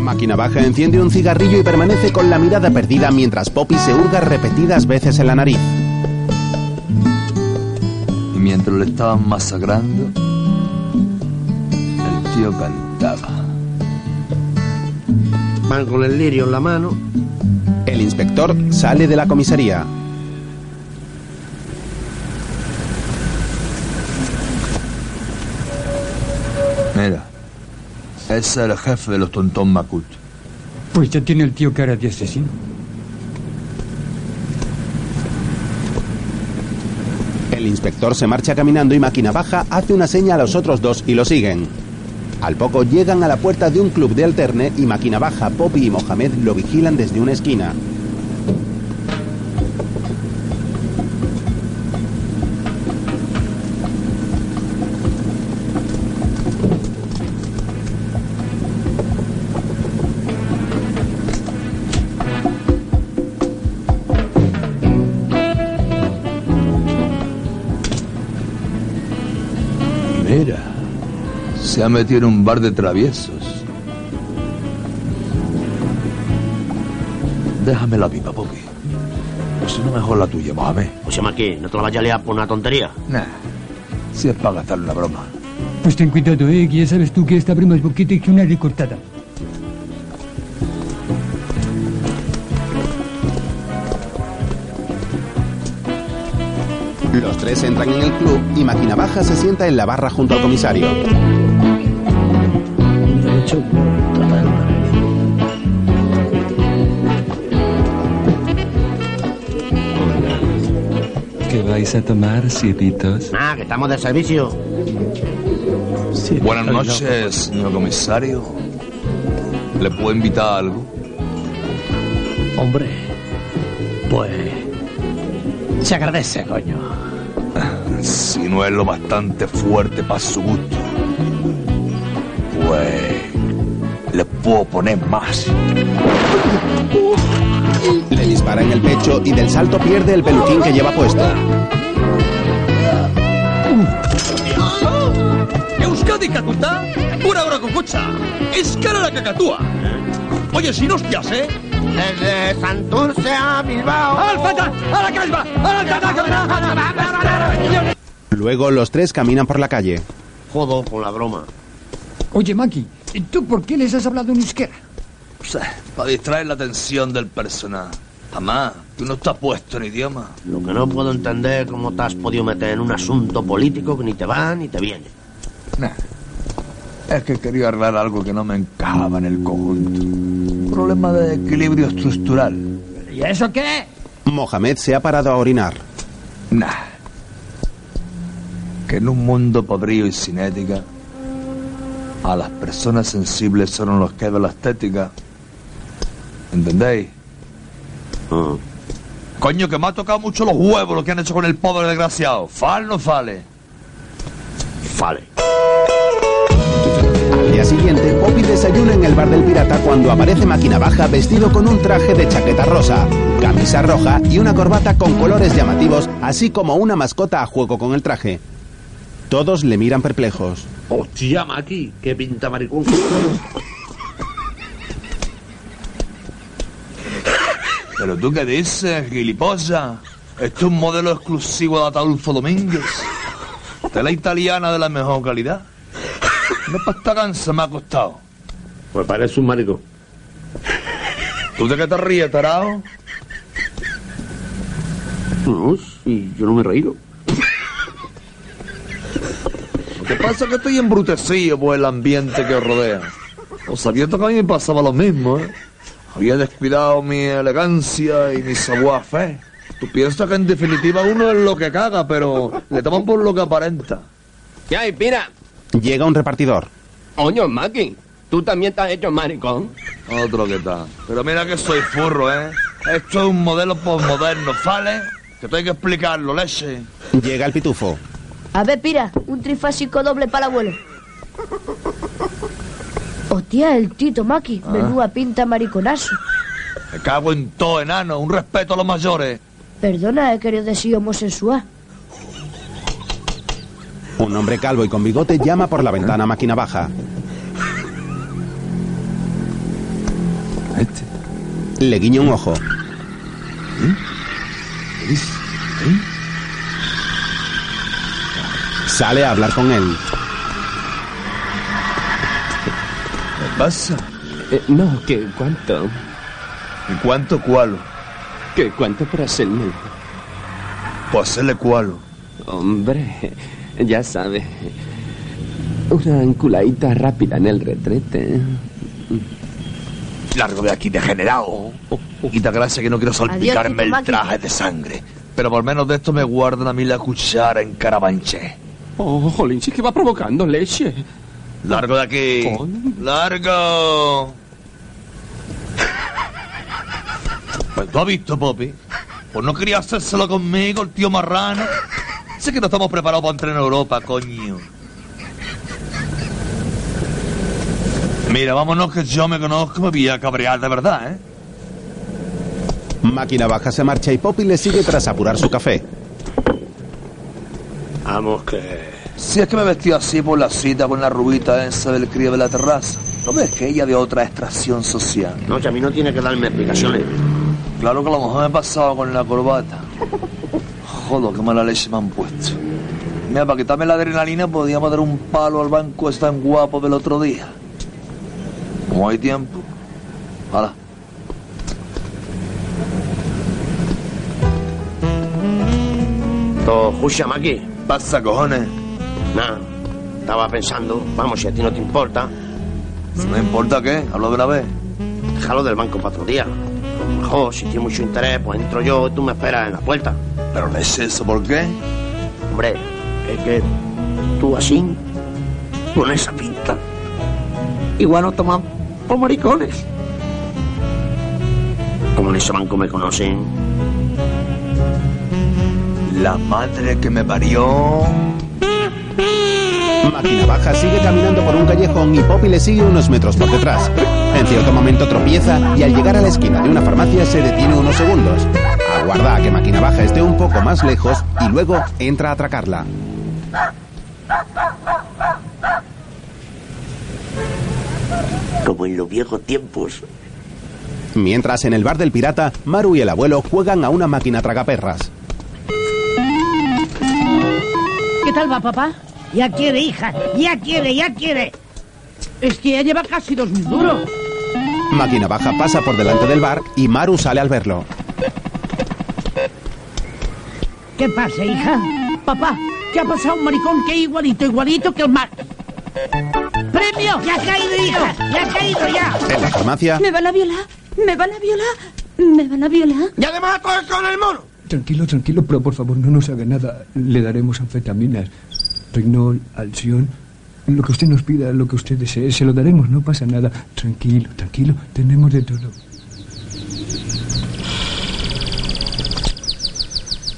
[SPEAKER 1] Máquina baja enciende un cigarrillo y permanece con la mirada perdida mientras Poppy se hurga repetidas veces en la nariz.
[SPEAKER 4] Y mientras lo estaban masacrando, el tío cantaba.
[SPEAKER 7] Van con el lirio en la mano.
[SPEAKER 1] El inspector sale de la comisaría.
[SPEAKER 4] Mira, ese es el jefe de los tontón Macut.
[SPEAKER 36] Pues ya tiene el tío cara de asesino.
[SPEAKER 1] El inspector se marcha caminando y Máquina Baja hace una seña a los otros dos y lo siguen. Al poco llegan a la puerta de un club de alterne y Máquina Baja, Poppy y Mohamed lo vigilan desde una esquina.
[SPEAKER 4] Mira, se ha metido en un bar de traviesos. Déjame la pipa, Poppy. Si no, mejor la tuya, Mohamed.
[SPEAKER 7] Pues llama aquí, no te la vayas a liar por una tontería.
[SPEAKER 4] Nah, si es para gastar una broma.
[SPEAKER 36] Pues ten cuidado, eh, que ya sabes tú que esta broma es boquete que una recortada.
[SPEAKER 1] Los tres entran en el club y Máquina Baja se sienta en la barra junto al comisario.
[SPEAKER 31] ¿Qué vais a tomar, sirvitos?
[SPEAKER 7] Ah, que estamos de servicio.
[SPEAKER 4] Buenas noches, señor comisario. ¿Le puedo invitar a algo?
[SPEAKER 31] Hombre, pues... Se agradece, coño.
[SPEAKER 4] Si no es lo bastante fuerte para su gusto, pues le puedo poner más.
[SPEAKER 1] Le dispara en el pecho y del salto pierde el peluquín que lleva puesto.
[SPEAKER 2] Euskadi Cacutá, una hora con cocha. Es cara la cacatúa. Oye, sin hostias, ¿eh?
[SPEAKER 7] Desde Santurce a Bilbao.
[SPEAKER 2] ¡Al fata! ¡A la calva! ¡A la cataca!
[SPEAKER 1] Luego los tres caminan por la calle.
[SPEAKER 7] Jodo con la broma.
[SPEAKER 36] Oye, Maki, ¿tú por qué les has hablado en euskera?
[SPEAKER 4] Para distraer la atención del personal. Jamás, tú no estás puesto en idioma.
[SPEAKER 7] Lo que no puedo entender es cómo te has podido meter en un asunto político que ni te va ni te viene.
[SPEAKER 4] Nah. Es que quería arreglar algo que no me encajaba en el conjunto. Problema de equilibrio estructural.
[SPEAKER 36] ¿Y eso qué?
[SPEAKER 1] Mohamed se ha parado a orinar.
[SPEAKER 4] Nah. Que en un mundo podrido y sin ética, a las personas sensibles son los que ven la estética. ¿Entendéis?
[SPEAKER 7] Mm.
[SPEAKER 4] Coño, que me ha tocado mucho los huevos lo que han hecho con el pobre desgraciado. ¿Fal no fale?
[SPEAKER 7] Fale.
[SPEAKER 1] Al día siguiente, Poppy desayuna en el bar del pirata cuando aparece Máquina Baja vestido con un traje de chaqueta rosa, camisa roja y una corbata con colores llamativos, así como una mascota a juego con el traje. Todos le miran perplejos.
[SPEAKER 35] Hostia, Maki, qué pinta maricón.
[SPEAKER 4] ¿Pero tú qué dices, gilipollas? Esto es un modelo exclusivo de Ataulfo Domínguez. Tela italiana de la mejor calidad. No pasta cansa me ha costado.
[SPEAKER 35] Pues parece un maricón.
[SPEAKER 4] ¿Tú de qué te ríes, tarado?
[SPEAKER 35] No, sí, yo no me he reído.
[SPEAKER 4] Lo que pasa es que estoy embrutecido por el ambiente que os rodea. Os sabiendo que a mí me pasaba lo mismo, ¿eh? Había descuidado mi elegancia y mi savoir-faire. Tú piensas que en definitiva uno es lo que caga, pero le toman por lo que aparenta.
[SPEAKER 7] ¿Qué hay, Pira?
[SPEAKER 1] Llega un repartidor.
[SPEAKER 7] Oño, Maki, tú también te has hecho maricón.
[SPEAKER 4] Otro que tal. Pero mira que soy furro, ¿eh? Esto es un modelo postmoderno, ¿vale? Que tengo que explicarlo, leche.
[SPEAKER 1] Llega el pitufo.
[SPEAKER 17] A ver, Pira, un trifásico doble para el abuelo. Hostia, el Tito Maki,
[SPEAKER 4] Ah.
[SPEAKER 17] menuda pinta mariconazo.
[SPEAKER 4] Me cago en todo, enano. Un respeto a los mayores.
[SPEAKER 17] Perdona, he querido decir homosexual.
[SPEAKER 1] Un hombre calvo y con bigote llama por la ventana a máquina baja. Este. Le guiña un ojo. ¿Eh? Sale a hablar con él.
[SPEAKER 4] ¿Qué pasa?
[SPEAKER 7] Eh, no, que cuánto.
[SPEAKER 4] ¿Cuánto cualo?
[SPEAKER 7] Que cuánto por hacerme.
[SPEAKER 4] Por hacerle cualo.
[SPEAKER 7] Hombre, ya sabe. Una anculadita rápida en el retrete. ¿eh?
[SPEAKER 4] Largo de aquí, degenerado. Y da gracia que no quiero salpicarme el traje de sangre. Pero por menos de esto me guardan a mí la cuchara en carabanche.
[SPEAKER 7] Oh, jolín, sí que va provocando leche.
[SPEAKER 4] Largo de aquí. Largo. Pues tú has visto, Poppy. Pues no quería hacérselo conmigo, el tío marrano. Sé que no estamos preparados para entrar en Europa, coño. Mira, vámonos que yo me conozco, me voy a cabrear de verdad, ¿eh?
[SPEAKER 1] Máquina baja se marcha y Poppy le sigue tras apurar su café.
[SPEAKER 4] Vamos que... Si es que me vestí así por la cita con la rubita esa del crío de la terraza. ¿No ves que ella de otra extracción social?
[SPEAKER 3] No, que a mí no tiene que darme explicaciones.
[SPEAKER 4] Claro que a lo mejor me he pasado con la corbata. Joder, qué mala leche me han puesto. Mira, para quitarme la adrenalina podíamos dar un palo al banco ese tan guapo del otro día. Como hay tiempo. Hala.
[SPEAKER 3] To, Jusha, Maki.
[SPEAKER 4] Pasa, cojones.
[SPEAKER 3] Nada, estaba pensando, vamos, si a ti no te importa.
[SPEAKER 4] ¿No importa qué? Hablo de una vez.
[SPEAKER 3] Déjalo del banco para otro día. A lo mejor, si tiene mucho interés, pues entro yo y tú me esperas en la puerta.
[SPEAKER 4] Pero no es eso, ¿por qué?
[SPEAKER 3] Hombre, es que tú así, con esa pinta, igual no toman por maricones. Como en ese banco me conocen,
[SPEAKER 4] La madre que me parió.
[SPEAKER 1] Máquina baja sigue caminando por un callejón y Poppy le sigue unos metros por detrás. En cierto momento tropieza y al llegar a la esquina de una farmacia se detiene unos segundos. Aguarda a que máquina baja esté un poco más lejos y luego entra a atracarla.
[SPEAKER 3] como en los viejos tiempos.
[SPEAKER 1] Mientras en el bar del pirata, Maru y el abuelo juegan a una máquina tragaperras.
[SPEAKER 13] ¿Qué tal va, papá? Ya quiere, hija, ya quiere, ya quiere. Es que ya lleva casi dos mil duros.
[SPEAKER 1] Máquina baja pasa por delante del bar y Maru sale al verlo.
[SPEAKER 13] ¿Qué pasa, hija? Papá, ¿qué ha pasado un maricón que es igualito, igualito que el mar? ¡Premio! ¡Ya ha caído, hija! ¡Ya ha caído, ya!
[SPEAKER 1] En la farmacia,
[SPEAKER 6] Me van a violar, me van a violar, me van a violar.
[SPEAKER 3] ¡Ya le vas a coger con el mono!
[SPEAKER 36] Tranquilo, tranquilo, pero por favor no nos haga nada. Le daremos anfetaminas. Regnol, Alción, lo que usted nos pida, lo que usted desee, se lo daremos, no pasa nada. Tranquilo, tranquilo, tenemos de todo.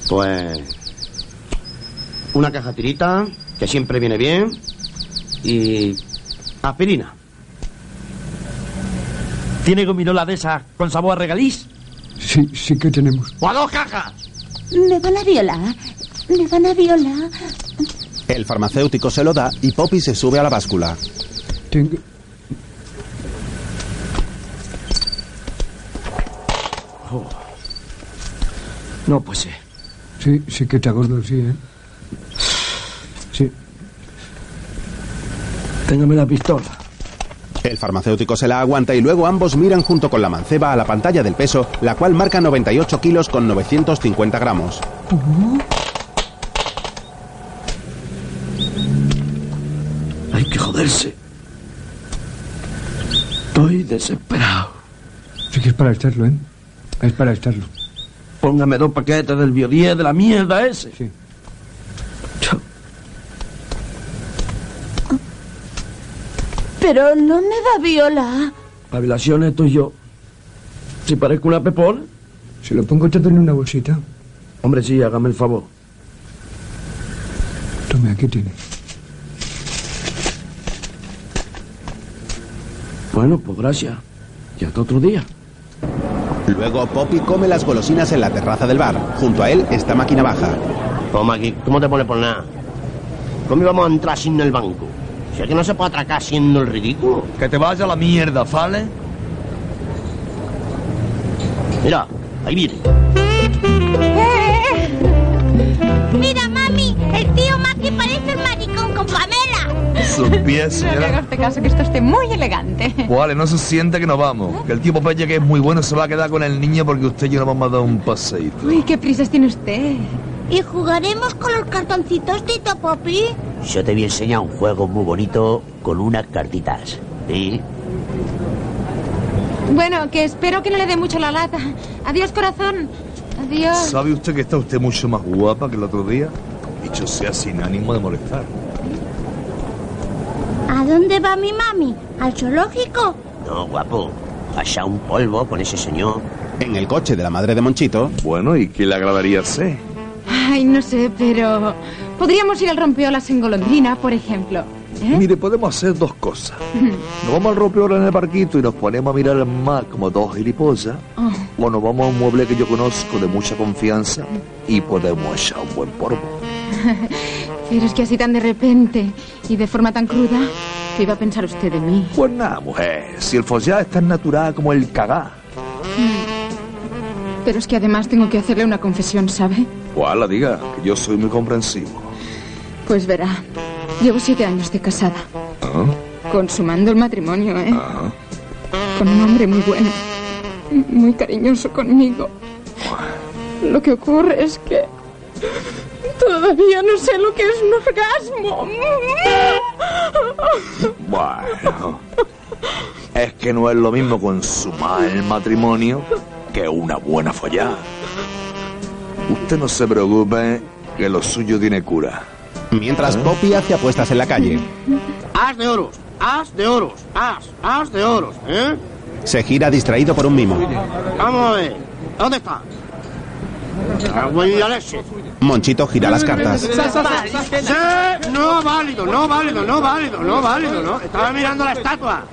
[SPEAKER 3] Pues. Una caja tirita, que siempre viene bien. Y. aspirina.
[SPEAKER 20] ¿Tiene gomilola de esas con sabor a regaliz?
[SPEAKER 36] Sí, sí que tenemos.
[SPEAKER 20] ¡O a dos cajas!
[SPEAKER 6] Me van a violar, me van a violar.
[SPEAKER 1] el farmacéutico se lo da y Poppy se sube a la báscula.
[SPEAKER 36] Tengo-
[SPEAKER 20] Oh. No, pues sí.
[SPEAKER 36] Sí, sí que está gordo, sí, ¿eh? Sí.
[SPEAKER 20] Téngame la pistola.
[SPEAKER 1] El farmacéutico se la aguanta y luego ambos miran junto con la manceba a la pantalla del peso, la cual marca 98 kilos con 950 gramos.
[SPEAKER 20] Hay que joderse. Estoy desesperado.
[SPEAKER 36] Sí que es para estarlo, ¿eh? Es para estarlo.
[SPEAKER 20] Póngame dos paquetes del biodía de la mierda ese. Sí.
[SPEAKER 13] Pero no me va a violar.
[SPEAKER 7] Pabilaciones, esto yo. Si parezco una pepona.
[SPEAKER 36] Se lo pongo todo en una bolsita.
[SPEAKER 7] Hombre, sí, hágame el favor.
[SPEAKER 36] Tome, aquí tiene.
[SPEAKER 7] Bueno, pues gracias. Y hasta otro día.
[SPEAKER 1] Luego Poppy come las golosinas en la terraza del bar. Junto a él está Máquina Baja.
[SPEAKER 48] Toma aquí, Oh, ¿cómo te pones por nada? ¿Cómo íbamos a entrar sin el banco? Si es que no se puede atracar siendo el ridículo.
[SPEAKER 4] Que te vaya a la mierda, ¿vale?
[SPEAKER 48] Mira, ahí viene.
[SPEAKER 6] Eh,
[SPEAKER 13] Mira, mami, el tío Maki parece un maricón con Pamela.
[SPEAKER 4] Sus pies,
[SPEAKER 13] No le
[SPEAKER 4] señora.
[SPEAKER 13] hagas caso, que esto esté muy elegante.
[SPEAKER 4] Pues Vale, no se siente que nos vamos. Que el tío Popeye, que es muy bueno, se va a quedar con el niño porque usted y yo nos vamos a dar un paseíto.
[SPEAKER 13] Uy, qué prisas tiene usted. ¿Y jugaremos con los cartoncitos, Tito Popi?
[SPEAKER 48] Yo te voy a enseñar un juego muy bonito con unas cartitas. ¿eh? ¿Sí?
[SPEAKER 31] Bueno, que espero que no le dé mucho la lata. Adiós, corazón. Adiós.
[SPEAKER 4] ¿Sabe usted que está usted mucho más guapa que el otro día? Dicho sea sin ánimo de molestar.
[SPEAKER 13] ¿A dónde va mi mami? ¿Al zoológico?
[SPEAKER 48] No, guapo. Allá un polvo con ese señor.
[SPEAKER 1] En el coche de la madre de Monchito.
[SPEAKER 4] Bueno, ¿y qué le agradaría hacer?
[SPEAKER 31] Ay, no sé, pero... Podríamos ir al rompeolas en golondrina, por ejemplo. ¿Eh?
[SPEAKER 4] Mire, podemos hacer dos cosas. Nos vamos al rompeolas en el barquito y nos ponemos a mirar al mar como dos gilipollas.
[SPEAKER 31] Oh,
[SPEAKER 4] O nos vamos a un mueble que yo conozco de mucha confianza y podemos echar un buen polvo.
[SPEAKER 31] Pero es que así tan de repente y de forma tan cruda, ¿qué iba a pensar usted de mí?
[SPEAKER 4] Pues nada, mujer, si el follar es tan natural como el cagá.
[SPEAKER 31] Mm. Pero es que además tengo que hacerle una confesión, ¿sabe?
[SPEAKER 4] Cuál la diga, que yo soy muy comprensivo.
[SPEAKER 31] Pues verá, llevo siete años de casada,
[SPEAKER 4] ¿Ah?
[SPEAKER 31] consumando el matrimonio, ¿eh? Con un hombre muy bueno, muy cariñoso conmigo. Lo que ocurre es que todavía no sé lo que es un orgasmo.
[SPEAKER 4] Bueno, es que no es lo mismo consumar el matrimonio que una buena follada. Usted no se preocupe, que lo suyo tiene cura.
[SPEAKER 1] Mientras Poppy hace apuestas en la calle.
[SPEAKER 3] As de oros, as de oros, as, as de oros, ¿eh?
[SPEAKER 1] Se gira distraído por un mimo.
[SPEAKER 3] Vamos a ver, ¿dónde está? Ah, Cago en la leche.
[SPEAKER 1] Monchito gira las cartas.
[SPEAKER 3] Sí, No válido, no válido, no válido, no válido, no. Estaba mirando la estatua.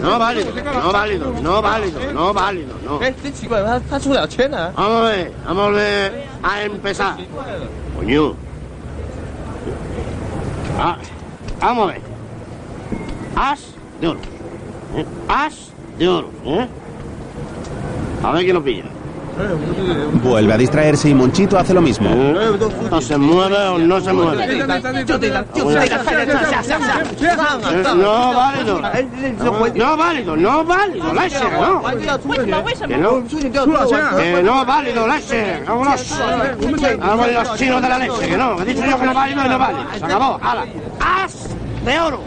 [SPEAKER 3] No válido, no válido, no válido, no válido, no. Vamos a ver, vamos a ver a empezar. Coño. Ah, vamos a ver. As de oro. ¿eh? As de oro, ¿eh? A ver quién lo pilla.
[SPEAKER 1] Vuelve a distraerse y Monchito hace lo mismo.
[SPEAKER 3] O se mueve o no se mueve. No válido. No válido, no válido, leche, no. ¿eh? Que no, que no válido, leche. Vámonos. Vámonos los chinos de la leche, que no. He dicho yo que no válido y no válido. Se acabó, ala. As de oro.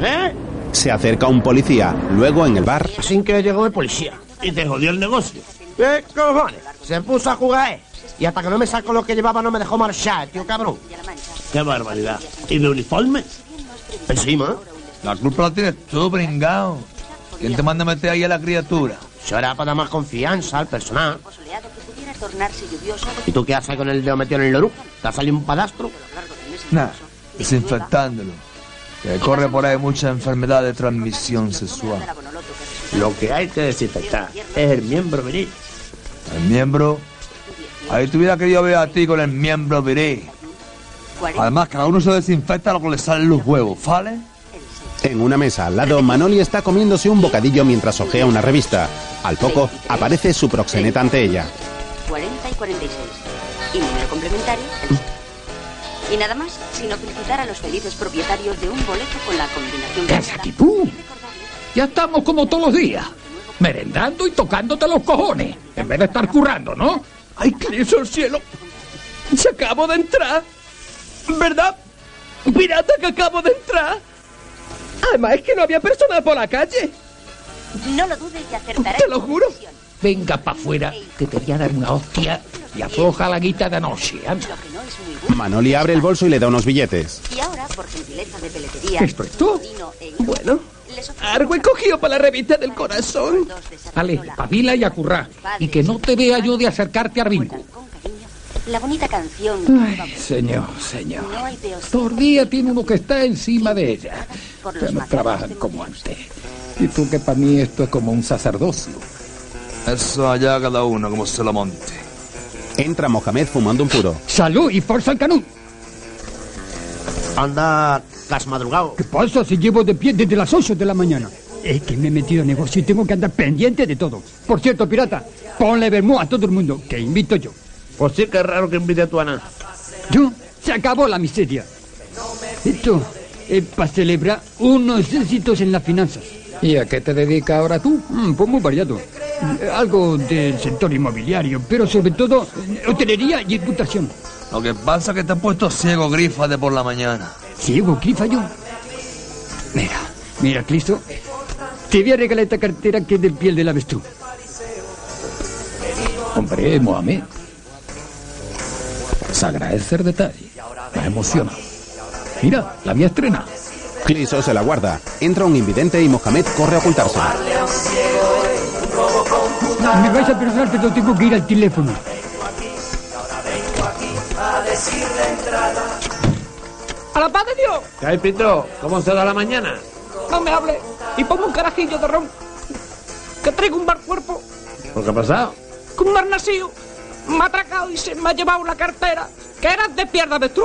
[SPEAKER 3] ¿Eh?
[SPEAKER 1] Se acerca un policía. Luego en el bar.
[SPEAKER 3] Sin que llegó el policía. Y te jodió el negocio. ¿Qué cojones? Se puso a jugar, eh. Y hasta que no me sacó lo que llevaba no me dejó marchar, tío cabrón.
[SPEAKER 48] Qué barbaridad. ¿Y de uniforme? Encima.
[SPEAKER 4] La culpa la tienes tú, pringao. ¿Quién te manda a meter ahí a la criatura?
[SPEAKER 48] Yo era para dar más confianza al personal.
[SPEAKER 13] tornarse lluvioso.
[SPEAKER 48] ¿Y tú qué haces con el dedo metido en el loru? ¿Te ha salido un padastro?
[SPEAKER 4] Nada, desinfectándolo. Que corre por ahí mucha enfermedad de transmisión sexual.
[SPEAKER 48] Lo que hay que desinfectar es el miembro viril.
[SPEAKER 4] El miembro. Ahí tuviera querido ver a ti con el miembro viril. Además, cada uno se desinfecta lo que le salen los huevos, ¿vale?
[SPEAKER 1] En una mesa al lado, Manoli está comiéndose un bocadillo mientras ojea una revista. Al poco, aparece su proxeneta ante ella.
[SPEAKER 17] 40 y 46. Y número complementario. Y nada más, sino felicitar a los felices propietarios de un boleto con la combinación...
[SPEAKER 6] ¡Casatipú! Ya estamos como todos los días, merendando y tocándote los cojones, en vez de estar currando, ¿no? ¡Ay, Cristo el cielo! Se acabo de entrar, ¿verdad? Pirata que acabo de entrar. Además es que no había personas por la calle.
[SPEAKER 13] No lo dudes y acertarás.
[SPEAKER 6] Te lo juro. Venga para afuera, que te voy a dar una hostia y afloja la guita de noche, anda.
[SPEAKER 1] Manoli abre el bolso y le da unos billetes.
[SPEAKER 13] Y ahora, por gentileza de peletería...
[SPEAKER 6] ¿Esto es tú?
[SPEAKER 13] Odino e Ignacio,
[SPEAKER 6] Bueno,
[SPEAKER 13] les
[SPEAKER 31] Algo he cogido para la revista del corazón. Ale, pavila y acurrá. Y que no te vea yo de acercarte a Arvinco.
[SPEAKER 34] La bonita canción.
[SPEAKER 31] Ay, señor, señor.
[SPEAKER 34] No hay peor
[SPEAKER 31] Por día tiene uno que está encima de ella. Ya no trabajan como antes. Y tú que para mí esto es como un sacerdocio.
[SPEAKER 4] Eso allá cada uno como se lo monte.
[SPEAKER 1] Entra Mohamed fumando un puro.
[SPEAKER 31] ¡Salud y forza el canú!
[SPEAKER 8] Anda, te has madrugado.
[SPEAKER 12] ¿Qué pasa si llevo de pie desde las 8 de la mañana? Es que me he metido en negocio y tengo que andar pendiente de todo. Por cierto, pirata, ponle vermú a todo el mundo, que invito yo.
[SPEAKER 8] Pues sí que es raro que invite a tu Ana.
[SPEAKER 12] Yo, se acabó la miseria. Esto es para celebrar unos éxitos en las finanzas. ¿Y a qué te dedicas ahora tú? pues muy variado. Eh, Algo del sector inmobiliario, pero sobre todo eh, hotelería y explotación.
[SPEAKER 4] Lo que pasa es que te has puesto ciego grifa de por la mañana.
[SPEAKER 12] ¿Ciego grifa yo? Mira, mira, Cristo, te voy a regalar esta cartera que es de piel del avestruz.
[SPEAKER 49] Hombre, Mohamed.
[SPEAKER 1] Pues
[SPEAKER 49] Se agradece el detalle. Me emociona. Mira, la mía estrena.
[SPEAKER 1] Cliso se la guarda. Entra un invidente y Mohamed corre a ocultarse.
[SPEAKER 12] Me vais a perdonar, pero tengo que ir al teléfono.
[SPEAKER 6] ¡A la paz de Dios!
[SPEAKER 8] ¿Qué hay, Pito? ¿Cómo se da la mañana?
[SPEAKER 6] No me hable. Y pongo un carajillo de ron. Que traigo un bar cuerpo.
[SPEAKER 8] ¿Por Pues qué ha pasado?
[SPEAKER 6] Que un barnacillo me ha atracado y se me ha llevado la cartera. Que era de pierda de tú.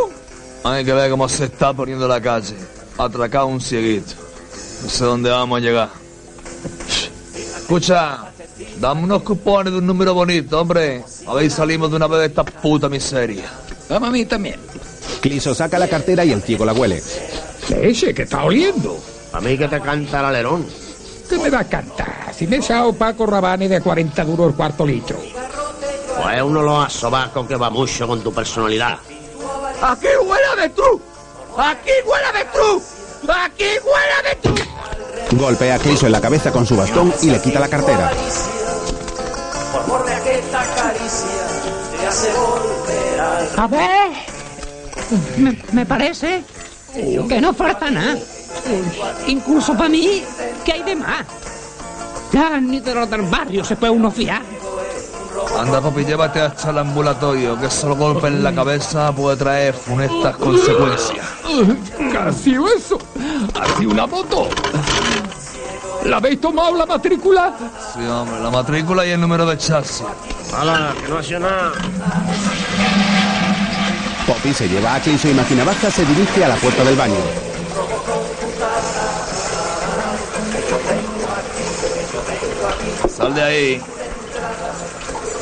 [SPEAKER 4] Hay que ver cómo se está poniendo la calle. Atracado un cieguito. No sé dónde vamos a llegar. Escucha, dame unos cupones de un número bonito, hombre. A ver si salimos de una vez de esta puta miseria.
[SPEAKER 49] Dame a mí también.
[SPEAKER 1] Cliso saca la cartera y el ciego la huele.
[SPEAKER 49] Leche, que está oliendo.
[SPEAKER 8] A mí que te canta el alerón.
[SPEAKER 49] ¿Qué me va a cantar? Si me he echado Paco Rabanne de 40 duros el cuarto litro.
[SPEAKER 8] Pues uno lo asoba con que va mucho con tu personalidad.
[SPEAKER 6] ¡Aquí huele de tú! ¡Aquí huele de tú! ¡Aquí huele de tú!
[SPEAKER 1] Golpea a Cliso en la cabeza con su bastón y le quita la cartera.
[SPEAKER 6] A ver. Me, me parece que no falta nada. Incluso para mí, que hay de más. Ya ni de los del barrio se puede uno fiar.
[SPEAKER 4] Anda, papi, llévate hasta el ambulatorio, que solo golpe en la cabeza puede traer funestas consecuencias.
[SPEAKER 49] Casi eso. Así una moto. ¿La habéis tomado la matrícula?
[SPEAKER 4] Sí, hombre, la matrícula y el número de chasis.
[SPEAKER 8] ¡Hala, que no ha sido nada!
[SPEAKER 1] Poppy se lleva a Cliso y Maquinabaza se dirige a la puerta del baño.
[SPEAKER 4] Sal de ahí.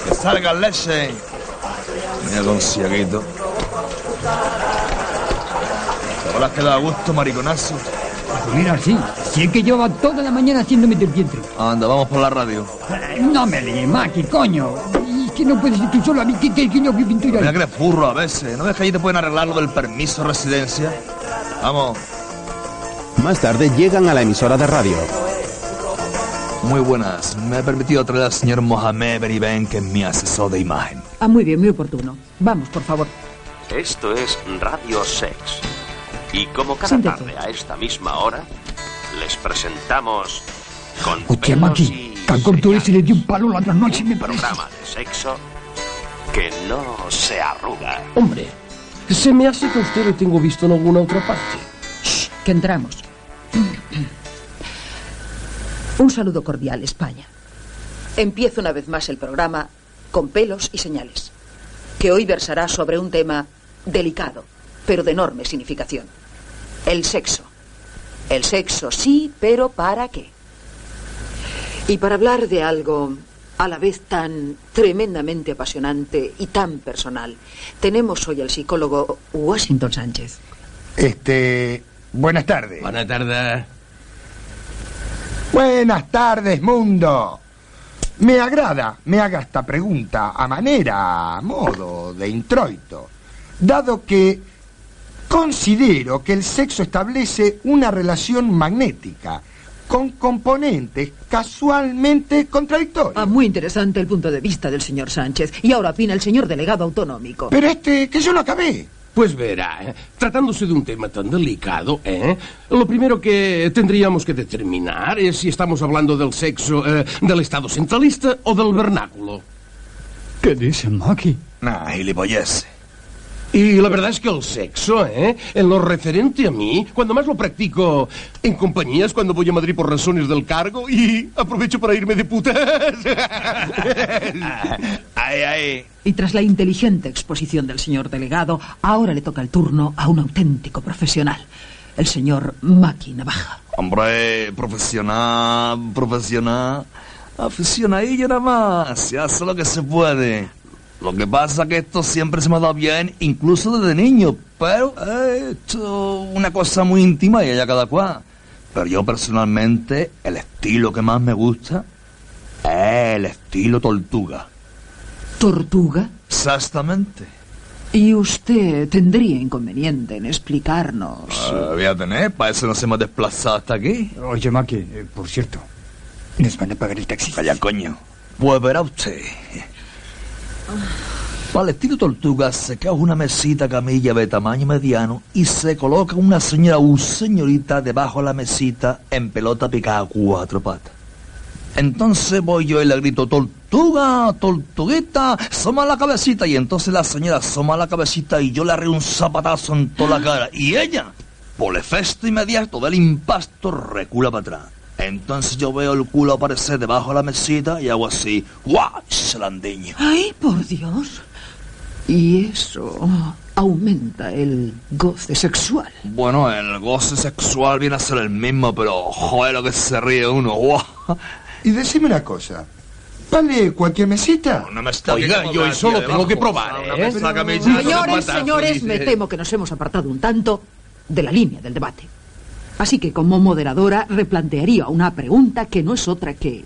[SPEAKER 4] Que salga el leche. Mira con cieguito. ¿Te habrás quedado a gusto, mariconazo?
[SPEAKER 12] Mira, sí, si es que lleva toda la mañana haciéndome del vientre.
[SPEAKER 4] Anda, vamos por la radio.
[SPEAKER 12] Ay, No me líes, Maki, coño. Y que no puedes ir tú solo a mí, que, que, que no que pinto yo.
[SPEAKER 4] Mira que eres burro a veces. ¿No ves que allí te pueden arreglar lo del permiso de residencia? Vamos.
[SPEAKER 1] Más tarde llegan a la emisora de radio.
[SPEAKER 4] Muy buenas. Me he permitido traer al señor Mohamed Beriben, que es mi asesor de imagen.
[SPEAKER 6] Ah, muy bien, muy oportuno. Vamos, por favor.
[SPEAKER 50] Esto es Radio Sex. Y como cada
[SPEAKER 6] Siéntate.
[SPEAKER 50] tarde a esta misma hora, les presentamos con
[SPEAKER 12] Hostia,
[SPEAKER 50] pelos
[SPEAKER 12] Maki,
[SPEAKER 50] y
[SPEAKER 12] tan corto es y le di un palo la otra noche, me parece.
[SPEAKER 50] programa de sexo que no se arruga.
[SPEAKER 6] Hombre,
[SPEAKER 50] se me hace que usted lo tengo visto en alguna otra parte.
[SPEAKER 6] que entramos. Un saludo cordial, España. Empieza una vez más el programa con pelos y señales, que hoy versará sobre un tema delicado, pero de enorme significación. El sexo. El sexo sí, pero ¿para qué? Y para hablar de algo a la vez tan tremendamente apasionante y tan personal, tenemos hoy al psicólogo Washington Sánchez.
[SPEAKER 51] Este. Buenas tardes.
[SPEAKER 50] Buenas tardes.
[SPEAKER 51] Buenas tardes, mundo. Me agrada, me haga esta pregunta a manera, a modo de introito, dado que considero que el sexo establece una relación magnética con componentes casualmente contradictorios.
[SPEAKER 6] Ah, muy interesante el punto de vista del señor Sánchez. Y ahora opina el señor delegado autonómico.
[SPEAKER 51] Pero este, que yo lo acabé.
[SPEAKER 52] Pues verá, tratándose de un tema tan delicado, ¿eh? lo primero que tendríamos que determinar es si estamos hablando del sexo eh, del Estado centralista o del vernáculo.
[SPEAKER 12] ¿Qué dice Maki?
[SPEAKER 4] Nah, gilipollez.
[SPEAKER 52] Y la verdad es que el sexo, ¿eh? en lo referente a mí, cuando más lo practico en compañías, cuando voy a Madrid por razones del cargo y aprovecho para irme de putas.
[SPEAKER 4] Ay, ay.
[SPEAKER 26] Y tras la inteligente exposición del señor delegado, ahora le toca el turno a un auténtico profesional, el señor Maki Navaja.
[SPEAKER 4] Hombre, profesional, profesional. Aficionadillo nada más. Se hace lo que se puede. Lo que pasa es que esto siempre se me ha dado bien, incluso desde niño. Pero eh, esto es una cosa muy íntima y allá cada cual. Pero yo personalmente, el estilo que más me gusta es el estilo tortuga.
[SPEAKER 26] ¿Tortuga?
[SPEAKER 4] Exactamente.
[SPEAKER 26] Y usted tendría inconveniente en explicarnos.
[SPEAKER 4] Ah, voy a tener, para eso nos hemos desplazado hasta aquí.
[SPEAKER 36] Oye, Maki, eh, por cierto, nos van a pagar el taxi.
[SPEAKER 4] Vaya coño. Pues verá usted. Para el estilo tortuga se cae una mesita camilla de tamaño mediano y se coloca una señora u señorita debajo de la mesita en pelota picada a cuatro patas. Entonces voy yo y le grito, tortuga, tortuguita, asoma la cabecita. Y entonces la señora asoma la cabecita y yo le arreo un zapatazo en toda la cara. Y ella, por el efecto inmediato del impacto, recula para atrás. Entonces yo veo el culo aparecer debajo de la mesita y hago así, ¡guau! y Se la endeño.
[SPEAKER 26] ¡Ay, por Dios! Y eso aumenta el goce sexual.
[SPEAKER 4] Bueno, el goce sexual viene a ser el mismo, pero joder lo que se ríe uno, ¡guau!
[SPEAKER 51] Y decime una cosa. ¿Vale cualquier mesita?
[SPEAKER 4] No me está
[SPEAKER 52] Oiga, yo eso lo tengo que probar, ¿eh?
[SPEAKER 26] Señores, señores, me temo que nos hemos apartado un tanto de la línea del debate. Así que como moderadora replantearía una pregunta que no es otra que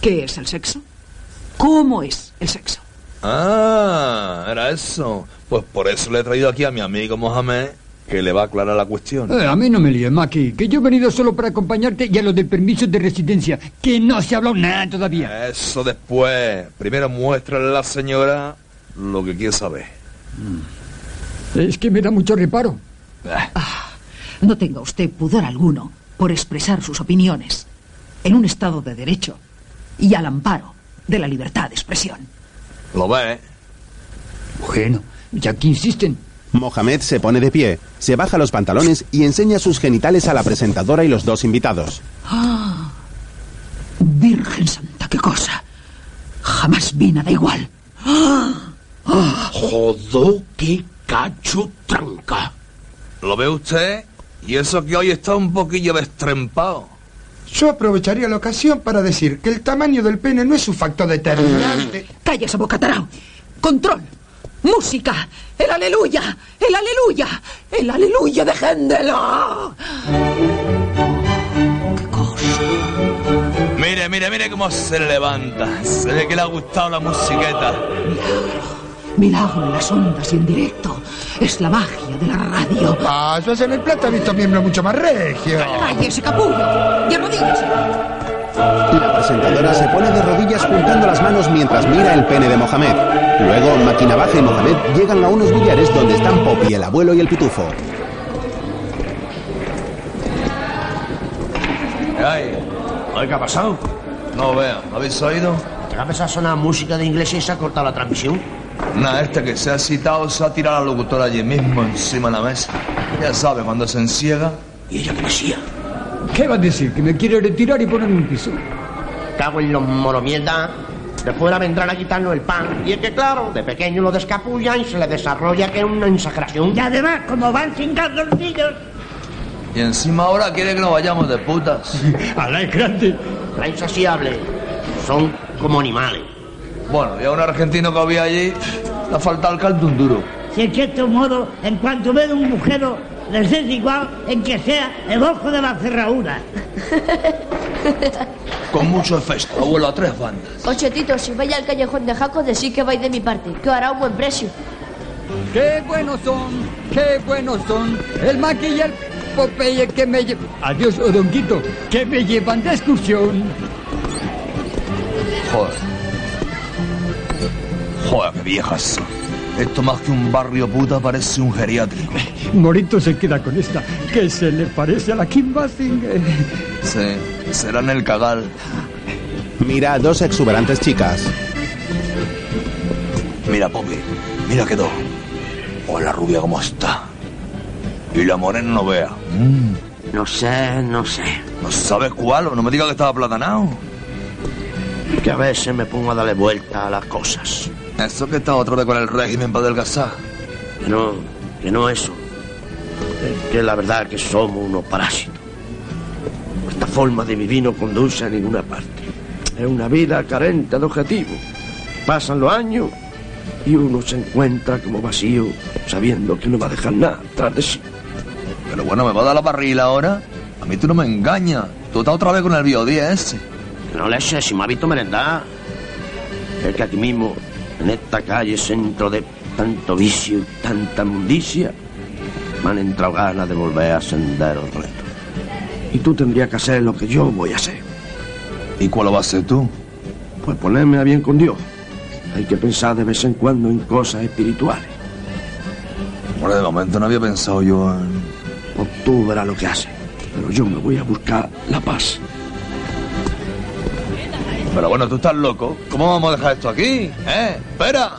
[SPEAKER 26] ¿qué es el sexo? ¿Cómo es el sexo?
[SPEAKER 4] Ah, era eso. Pues por eso le he traído aquí a mi amigo Mohamed, que le va a aclarar la cuestión.
[SPEAKER 12] Eh, a mí no me líes, Maki, que yo he venido solo para acompañarte y a lo del permiso de residencia, que no se ha hablado nada todavía.
[SPEAKER 4] Eso después. Primero muéstrale a la señora lo que quiere saber.
[SPEAKER 8] Mm.
[SPEAKER 12] Es que me da mucho reparo.
[SPEAKER 26] No tenga usted pudor alguno por expresar sus opiniones en un Estado de Derecho y al amparo de la libertad de expresión.
[SPEAKER 4] Lo ve. ¿eh?
[SPEAKER 12] Bueno, ya que insisten.
[SPEAKER 1] Mohamed se pone de pie, se baja los pantalones y enseña sus genitales a la presentadora y los dos invitados.
[SPEAKER 26] ¡Ah! Virgen Santa, qué cosa. Jamás vi nada igual. ¡Ah! ¡Ah!
[SPEAKER 8] Jodó, qué cacho tranca.
[SPEAKER 4] ¿Lo ve usted? Y eso que hoy está un poquillo destrempado.
[SPEAKER 51] Yo aprovecharía la ocasión para decir que el tamaño del pene no es un factor determinante.
[SPEAKER 26] ¡Calla esa boca, tarao! ¡Control! ¡Música! ¡El aleluya! ¡El aleluya! ¡El aleluya de Händel!
[SPEAKER 4] Mire, mire, mire cómo se levanta. Se ve que le ha gustado la musiqueta.
[SPEAKER 26] Milagro en las ondas y en directo. Es la magia de la radio.
[SPEAKER 51] Ah, yo en el plata he visto miembros mucho más regios.
[SPEAKER 26] ¡Cállese, capullo! ¡Y arrodíllese!
[SPEAKER 1] La presentadora se pone de rodillas juntando las manos mientras mira el pene de Mohamed. Luego, Maquinavaja y Mohamed llegan a unos billares donde están Poppy, el abuelo y el pitufo.
[SPEAKER 4] Ay, ay, ¿qué ha pasado? No veo, ¿lo habéis oído?
[SPEAKER 8] ¿Te ha empezado a sonar música de inglés y se ha cortado la transmisión?
[SPEAKER 4] Nah, este que se ha citado se ha tirado a la locutora allí mismo encima de la mesa. Ya sabe, cuando se enciega.
[SPEAKER 8] ¿Y ella qué decía?
[SPEAKER 12] ¿Qué va a decir? Que me quiere retirar y poner un piso.
[SPEAKER 8] Cago en los moromiendas. De fuera vendrán a quitarnos el pan. Y es que, claro, de pequeño lo descapullan y se le desarrolla que es una insacración.
[SPEAKER 13] Y además, como van sin calzoncillos,
[SPEAKER 4] Y encima ahora quiere que nos vayamos de putas.
[SPEAKER 8] A la grande. La insaciable. Son como animales.
[SPEAKER 4] Bueno, y a un argentino que había allí le ha faltado el caldo un duro.
[SPEAKER 13] si en cierto modo, en cuanto ven un agujero, les es igual en que sea el ojo de la cerradura.
[SPEAKER 4] Con mucho efecto. Abuelo a tres bandas.
[SPEAKER 53] Oye, Tito, si vais al callejón de Jaco, decís que vais de mi parte, que hará un buen precio.
[SPEAKER 12] ¡Qué buenos son! ¡Qué buenos son! El Maki y el Popeye que me llevan... Adiós, Odonquito, que me llevan de excursión.
[SPEAKER 4] Joder. Joder, qué viejas. son. Esto más que un barrio puta parece un geriátrico.
[SPEAKER 12] Morito se queda con esta, que se le parece a la Kim Basinger.
[SPEAKER 4] Sí, será en el cagal.
[SPEAKER 1] Mira a dos exuberantes chicas.
[SPEAKER 4] Mira, Poppy, mira quedó. O la rubia como está. Y la morena no vea. Mm.
[SPEAKER 3] No sé, no sé.
[SPEAKER 4] ¿No sabes cuál? No me digas que estaba platanado.
[SPEAKER 3] Que a veces me pongo a darle vuelta a las cosas.
[SPEAKER 4] ¿Eso que está otro de con el régimen para adelgazar?
[SPEAKER 3] Que no, que no eso. Es que la verdad es que somos unos parásitos. Esta forma de vivir no conduce a ninguna parte. Es una vida carente de objetivos. Pasan los años y uno se encuentra como vacío, sabiendo que no va a dejar nada tras de sí.
[SPEAKER 4] Pero bueno, ¿me va a dar la barrila ahora? A mí tú no me engañas. Tú estás otra vez con el biodía ese.
[SPEAKER 3] Que no le eches, si me ha visto merendar. Es que aquí mismo, en esta calle, centro de tanto vicio y tanta mundicia, me han entrado ganas de volver a ascender el reto. Y tú tendrías que hacer lo que yo voy a hacer.
[SPEAKER 4] ¿Y cuál lo vas a hacer tú?
[SPEAKER 3] Pues ponerme a bien con Dios. Hay que pensar de vez en cuando en cosas espirituales.
[SPEAKER 4] Bueno, de momento no había pensado yo en...
[SPEAKER 3] Pues tú verás lo que hace. Pero yo me voy a buscar la paz.
[SPEAKER 4] Pero bueno, tú estás loco. ¿Cómo vamos a dejar esto aquí? ¿Eh? ¡Espera!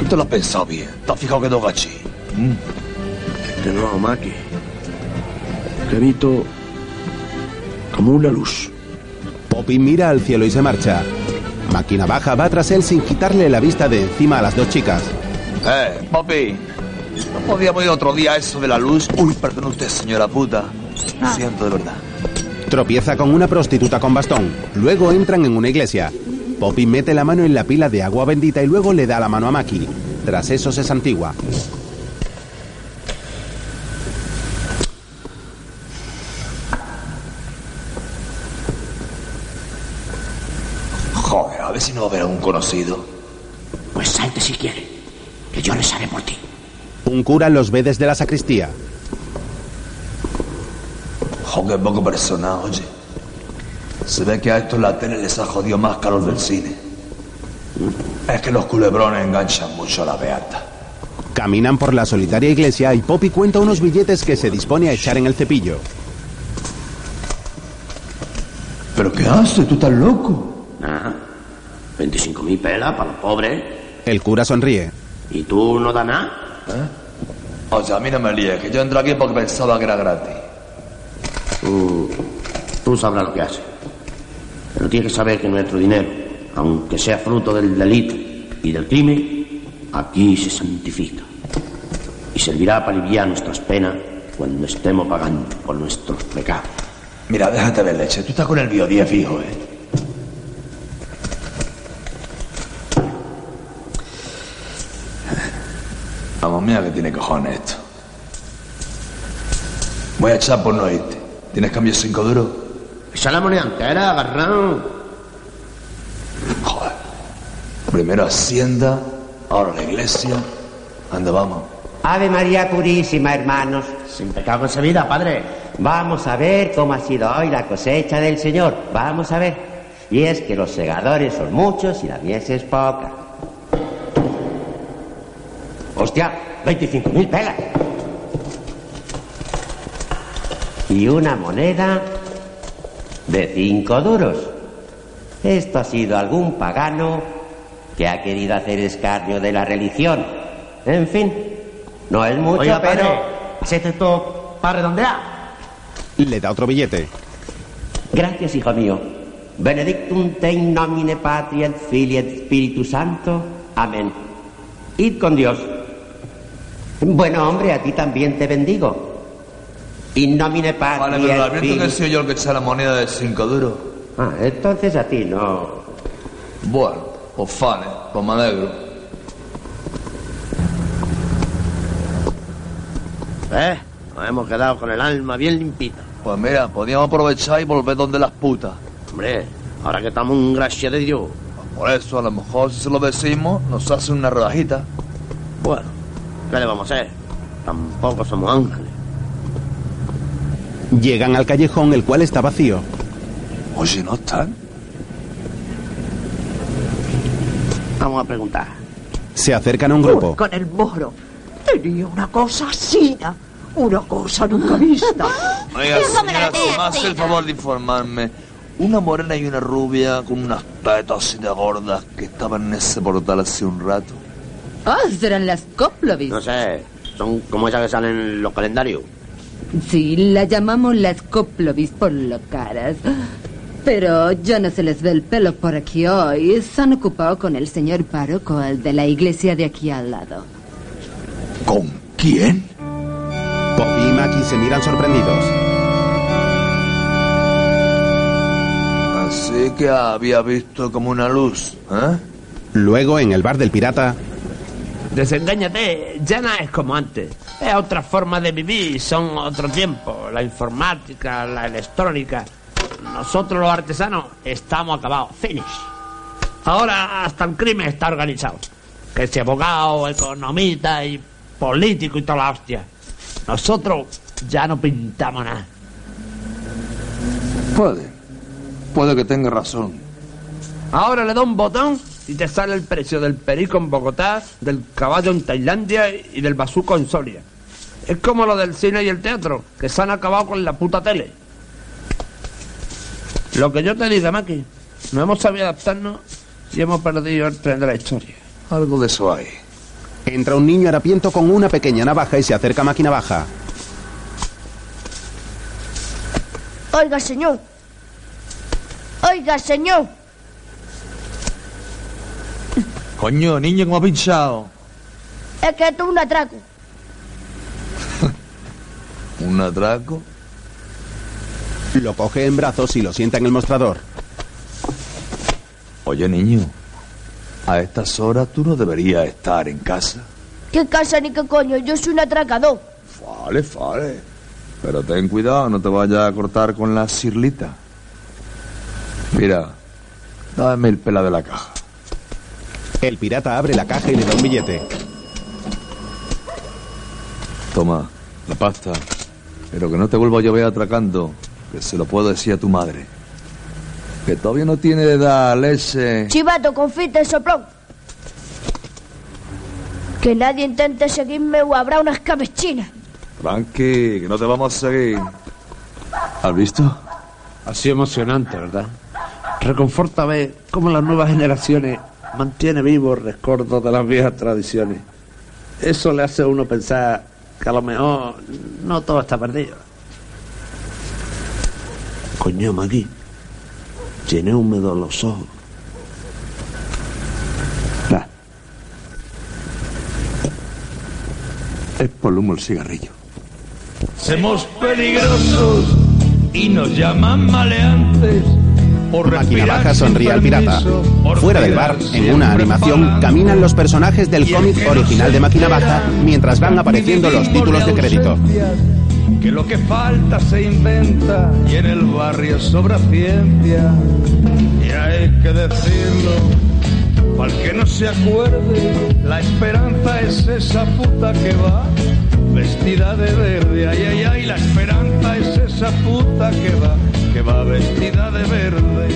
[SPEAKER 4] Tú te lo has pensado bien. Te has fijado que dos gachi.
[SPEAKER 3] Mm. Que no, Maki. Que visto como una luz.
[SPEAKER 1] Poppy mira al cielo y se marcha. Máquina baja va tras él sin quitarle la vista de encima a las dos chicas.
[SPEAKER 4] ¡Eh, Poppy! ¿No podíamos ir otro día a eso de la luz? Uy, perdón usted, señora puta. Lo siento, de verdad.
[SPEAKER 1] Tropieza con una prostituta con bastón. Luego entran en una iglesia. Poppy mete la mano en la pila de agua bendita y luego le da la mano a Maki. Tras eso se santigua.
[SPEAKER 4] Joder, a ver si no va a haber algún conocido.
[SPEAKER 3] Pues salte si quiere, que yo rezaré por ti.
[SPEAKER 1] Un cura los ve desde la sacristía.
[SPEAKER 4] Joder, poco personal, oye. Se ve que a estos la tele les ha jodido más que a los del cine. Es que los culebrones enganchan mucho a la beata.
[SPEAKER 1] Caminan por la solitaria iglesia y Poppy cuenta unos billetes que se dispone a echar en el cepillo.
[SPEAKER 4] ¿Pero qué haces? ¿Tú estás loco?
[SPEAKER 3] Nada. 25 mil pelas para los pobres.
[SPEAKER 1] El cura sonríe.
[SPEAKER 3] ¿Y tú no das nada?
[SPEAKER 4] ¿Eh? O sea, a mí no me líes, que yo entré aquí porque pensaba que era gratis.
[SPEAKER 3] Uh, tú sabrás lo que haces. Pero tienes que saber que nuestro dinero, aunque sea fruto del delito y del crimen, aquí se santifica. Y servirá para aliviar nuestras penas cuando estemos pagando por nuestros pecados.
[SPEAKER 4] Mira, déjate ver leche. Tú estás con el biodía fijo, ¿eh? Vamos, mira que tiene cojones esto. Voy a echar por no irte. ¿Tienes cambio cinco duros?
[SPEAKER 3] Echa la moneda entera, agarrado.
[SPEAKER 4] Joder. Primero Hacienda, ahora la iglesia. Anda, vamos.
[SPEAKER 20] Ave María Purísima, hermanos.
[SPEAKER 3] Sin pecado concebida, padre.
[SPEAKER 20] Vamos a ver cómo ha sido hoy la cosecha del Señor. Vamos a ver. Y es que los segadores son muchos y la mies es poca. Hostia, 25.000 pelas. Y una moneda de cinco duros. Esto ha sido algún pagano que ha querido hacer escarnio de la religión. En fin, no es mucho,
[SPEAKER 3] Oiga,
[SPEAKER 20] pero...
[SPEAKER 3] Padre, hacete esto para redondear.
[SPEAKER 1] Le da otro billete.
[SPEAKER 20] Gracias, hijo mío. Benedictum te in nomine patria et filii et spiritus santo. Amén. Id con Dios. Bueno, hombre, a ti también te bendigo. In nomine patria.
[SPEAKER 4] Vale, pero lamento que he sido yo el que echa la moneda de cinco duros.
[SPEAKER 20] Ah, entonces a ti no.
[SPEAKER 4] Bueno, pues fane, pues me alegro.
[SPEAKER 3] ¿Eh? Nos hemos quedado con el alma bien limpita.
[SPEAKER 4] Pues mira, podíamos aprovechar y volver donde las putas.
[SPEAKER 3] Hombre, ahora que estamos en gracia de Dios.
[SPEAKER 4] Por eso, a lo mejor si se lo decimos, nos hace una rodajita.
[SPEAKER 3] Bueno, ¿qué le vamos a hacer? Tampoco somos ángeles.
[SPEAKER 1] Llegan al callejón, el cual está vacío.
[SPEAKER 4] Oye, ¿no están?
[SPEAKER 3] vamos a preguntar.
[SPEAKER 1] Se acercan a un grupo.
[SPEAKER 6] Con el moro. Tenía una cosa asina. Una cosa nunca vista.
[SPEAKER 54] Oiga, señora, más el favor de informarme. Una morena y una rubia con unas tetas así de gordas que estaban en ese portal hace un rato.
[SPEAKER 31] Ah, serán las Koplovich.
[SPEAKER 3] No sé, son como esas que salen en los calendarios.
[SPEAKER 31] Sí, la llamamos las Koplovich por lo caras. Pero ya no se les ve el pelo por aquí hoy. Se han ocupado con el señor párroco, el de la iglesia de aquí al lado.
[SPEAKER 54] ¿Con quién?
[SPEAKER 1] Poppy y Maki se miran sorprendidos.
[SPEAKER 54] Así que había visto como una luz, ¿eh?
[SPEAKER 1] Luego, en el bar del pirata,
[SPEAKER 7] Desengáñate, ya no Ah, es como antes. Es otra forma de vivir, son otro tiempo. La informática, la electrónica. Nosotros los artesanos estamos acabados, finish. Ahora hasta el crimen está organizado. Que si abogado, economista y político y toda la hostia. Nosotros ya no pintamos nada.
[SPEAKER 54] Puede. Puede que tenga razón.
[SPEAKER 7] Ahora le da un botón y te sale el precio del perico en Bogotá, del caballo en Tailandia y del bazuco en Soria. Es como lo del cine y el teatro, que se han acabado con la puta tele. Lo que yo te diga, Maki, no hemos sabido adaptarnos y hemos perdido el tren de la historia.
[SPEAKER 54] Algo de eso hay.
[SPEAKER 1] entra un niño harapiento con una pequeña navaja y se acerca a Maki Navaja.
[SPEAKER 17] Oiga, señor. Oiga, señor.
[SPEAKER 54] Coño, niño, ¿cómo ha pinchado?
[SPEAKER 17] Es que esto es un atraco.
[SPEAKER 54] ¿Un atraco?
[SPEAKER 1] Lo coge en brazos y lo sienta en el mostrador.
[SPEAKER 54] Oye, niño, a estas horas tú no deberías estar en casa.
[SPEAKER 17] ¿Qué casa ni qué coño? Yo soy un atracador.
[SPEAKER 54] Vale, vale. Pero ten cuidado, no te vayas a cortar con la cirlita. Mira, dame el pela de la caja.
[SPEAKER 1] El pirata abre la caja y le da un billete.
[SPEAKER 54] Toma, la pasta. Pero que no te vuelva yo a llover atracando, que se lo puedo decir a tu madre. Que todavía no tiene edad, leche.
[SPEAKER 17] Chivato, confite el soplón. Que nadie intente seguirme o habrá unas cabechinas.
[SPEAKER 54] Tranqui, que no te vamos a seguir. ¿Has visto?
[SPEAKER 3] Ha sido emocionante, ¿verdad? Reconforta ver cómo las nuevas generaciones mantiene vivo el recuerdo de las viejas tradiciones. Eso le hace a uno pensar que a lo mejor no todo está perdido.
[SPEAKER 55] Coño, Magui. Tiene húmedos los ojos.
[SPEAKER 3] Nah.
[SPEAKER 54] Es por el humo el cigarrillo.
[SPEAKER 4] Somos peligrosos y nos llaman maleantes.
[SPEAKER 1] Máquina Baja sonríe al pirata. Fuera del bar, en una animación, caminan los personajes del cómic original de Máquina Baja mientras van apareciendo los títulos de crédito.
[SPEAKER 4] Que lo que falta se inventa y en el barrio sobra ciencia. Y hay que decirlo, para que no se acuerde, la esperanza es esa puta que va vestida de verde, ay, ay, ay, la esperanza es esa puta que va, que va vestida de verde.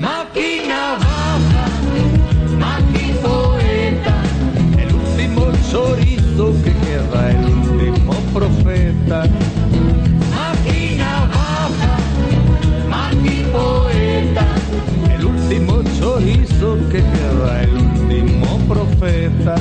[SPEAKER 4] Máquina baja, máquina poeta, el último chorizo que queda, el último profeta. Máquina baja, máquina poeta, el último chorizo que queda, el último profeta.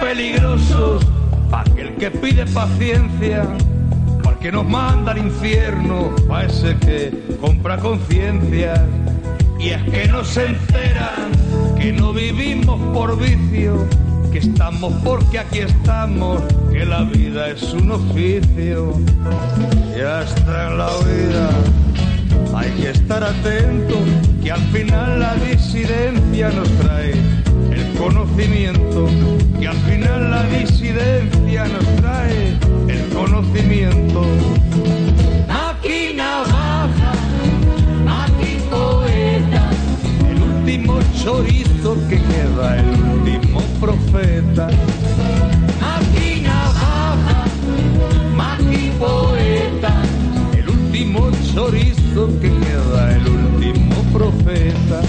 [SPEAKER 4] peligrosos pa' aquel que pide paciencia, para que nos manda al infierno, pa' ese que compra conciencia. Y es que no se enteran que no vivimos por vicio, que estamos porque aquí estamos, que la vida es un oficio. Ya está en la vida. Hay que estar atento, que al final la disidencia nos trae el conocimiento, que al final la disidencia nos trae el conocimiento. ¡Ah! chorizo que queda el último profeta.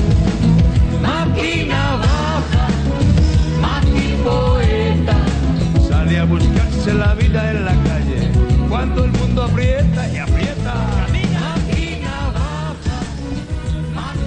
[SPEAKER 4] Máquina va.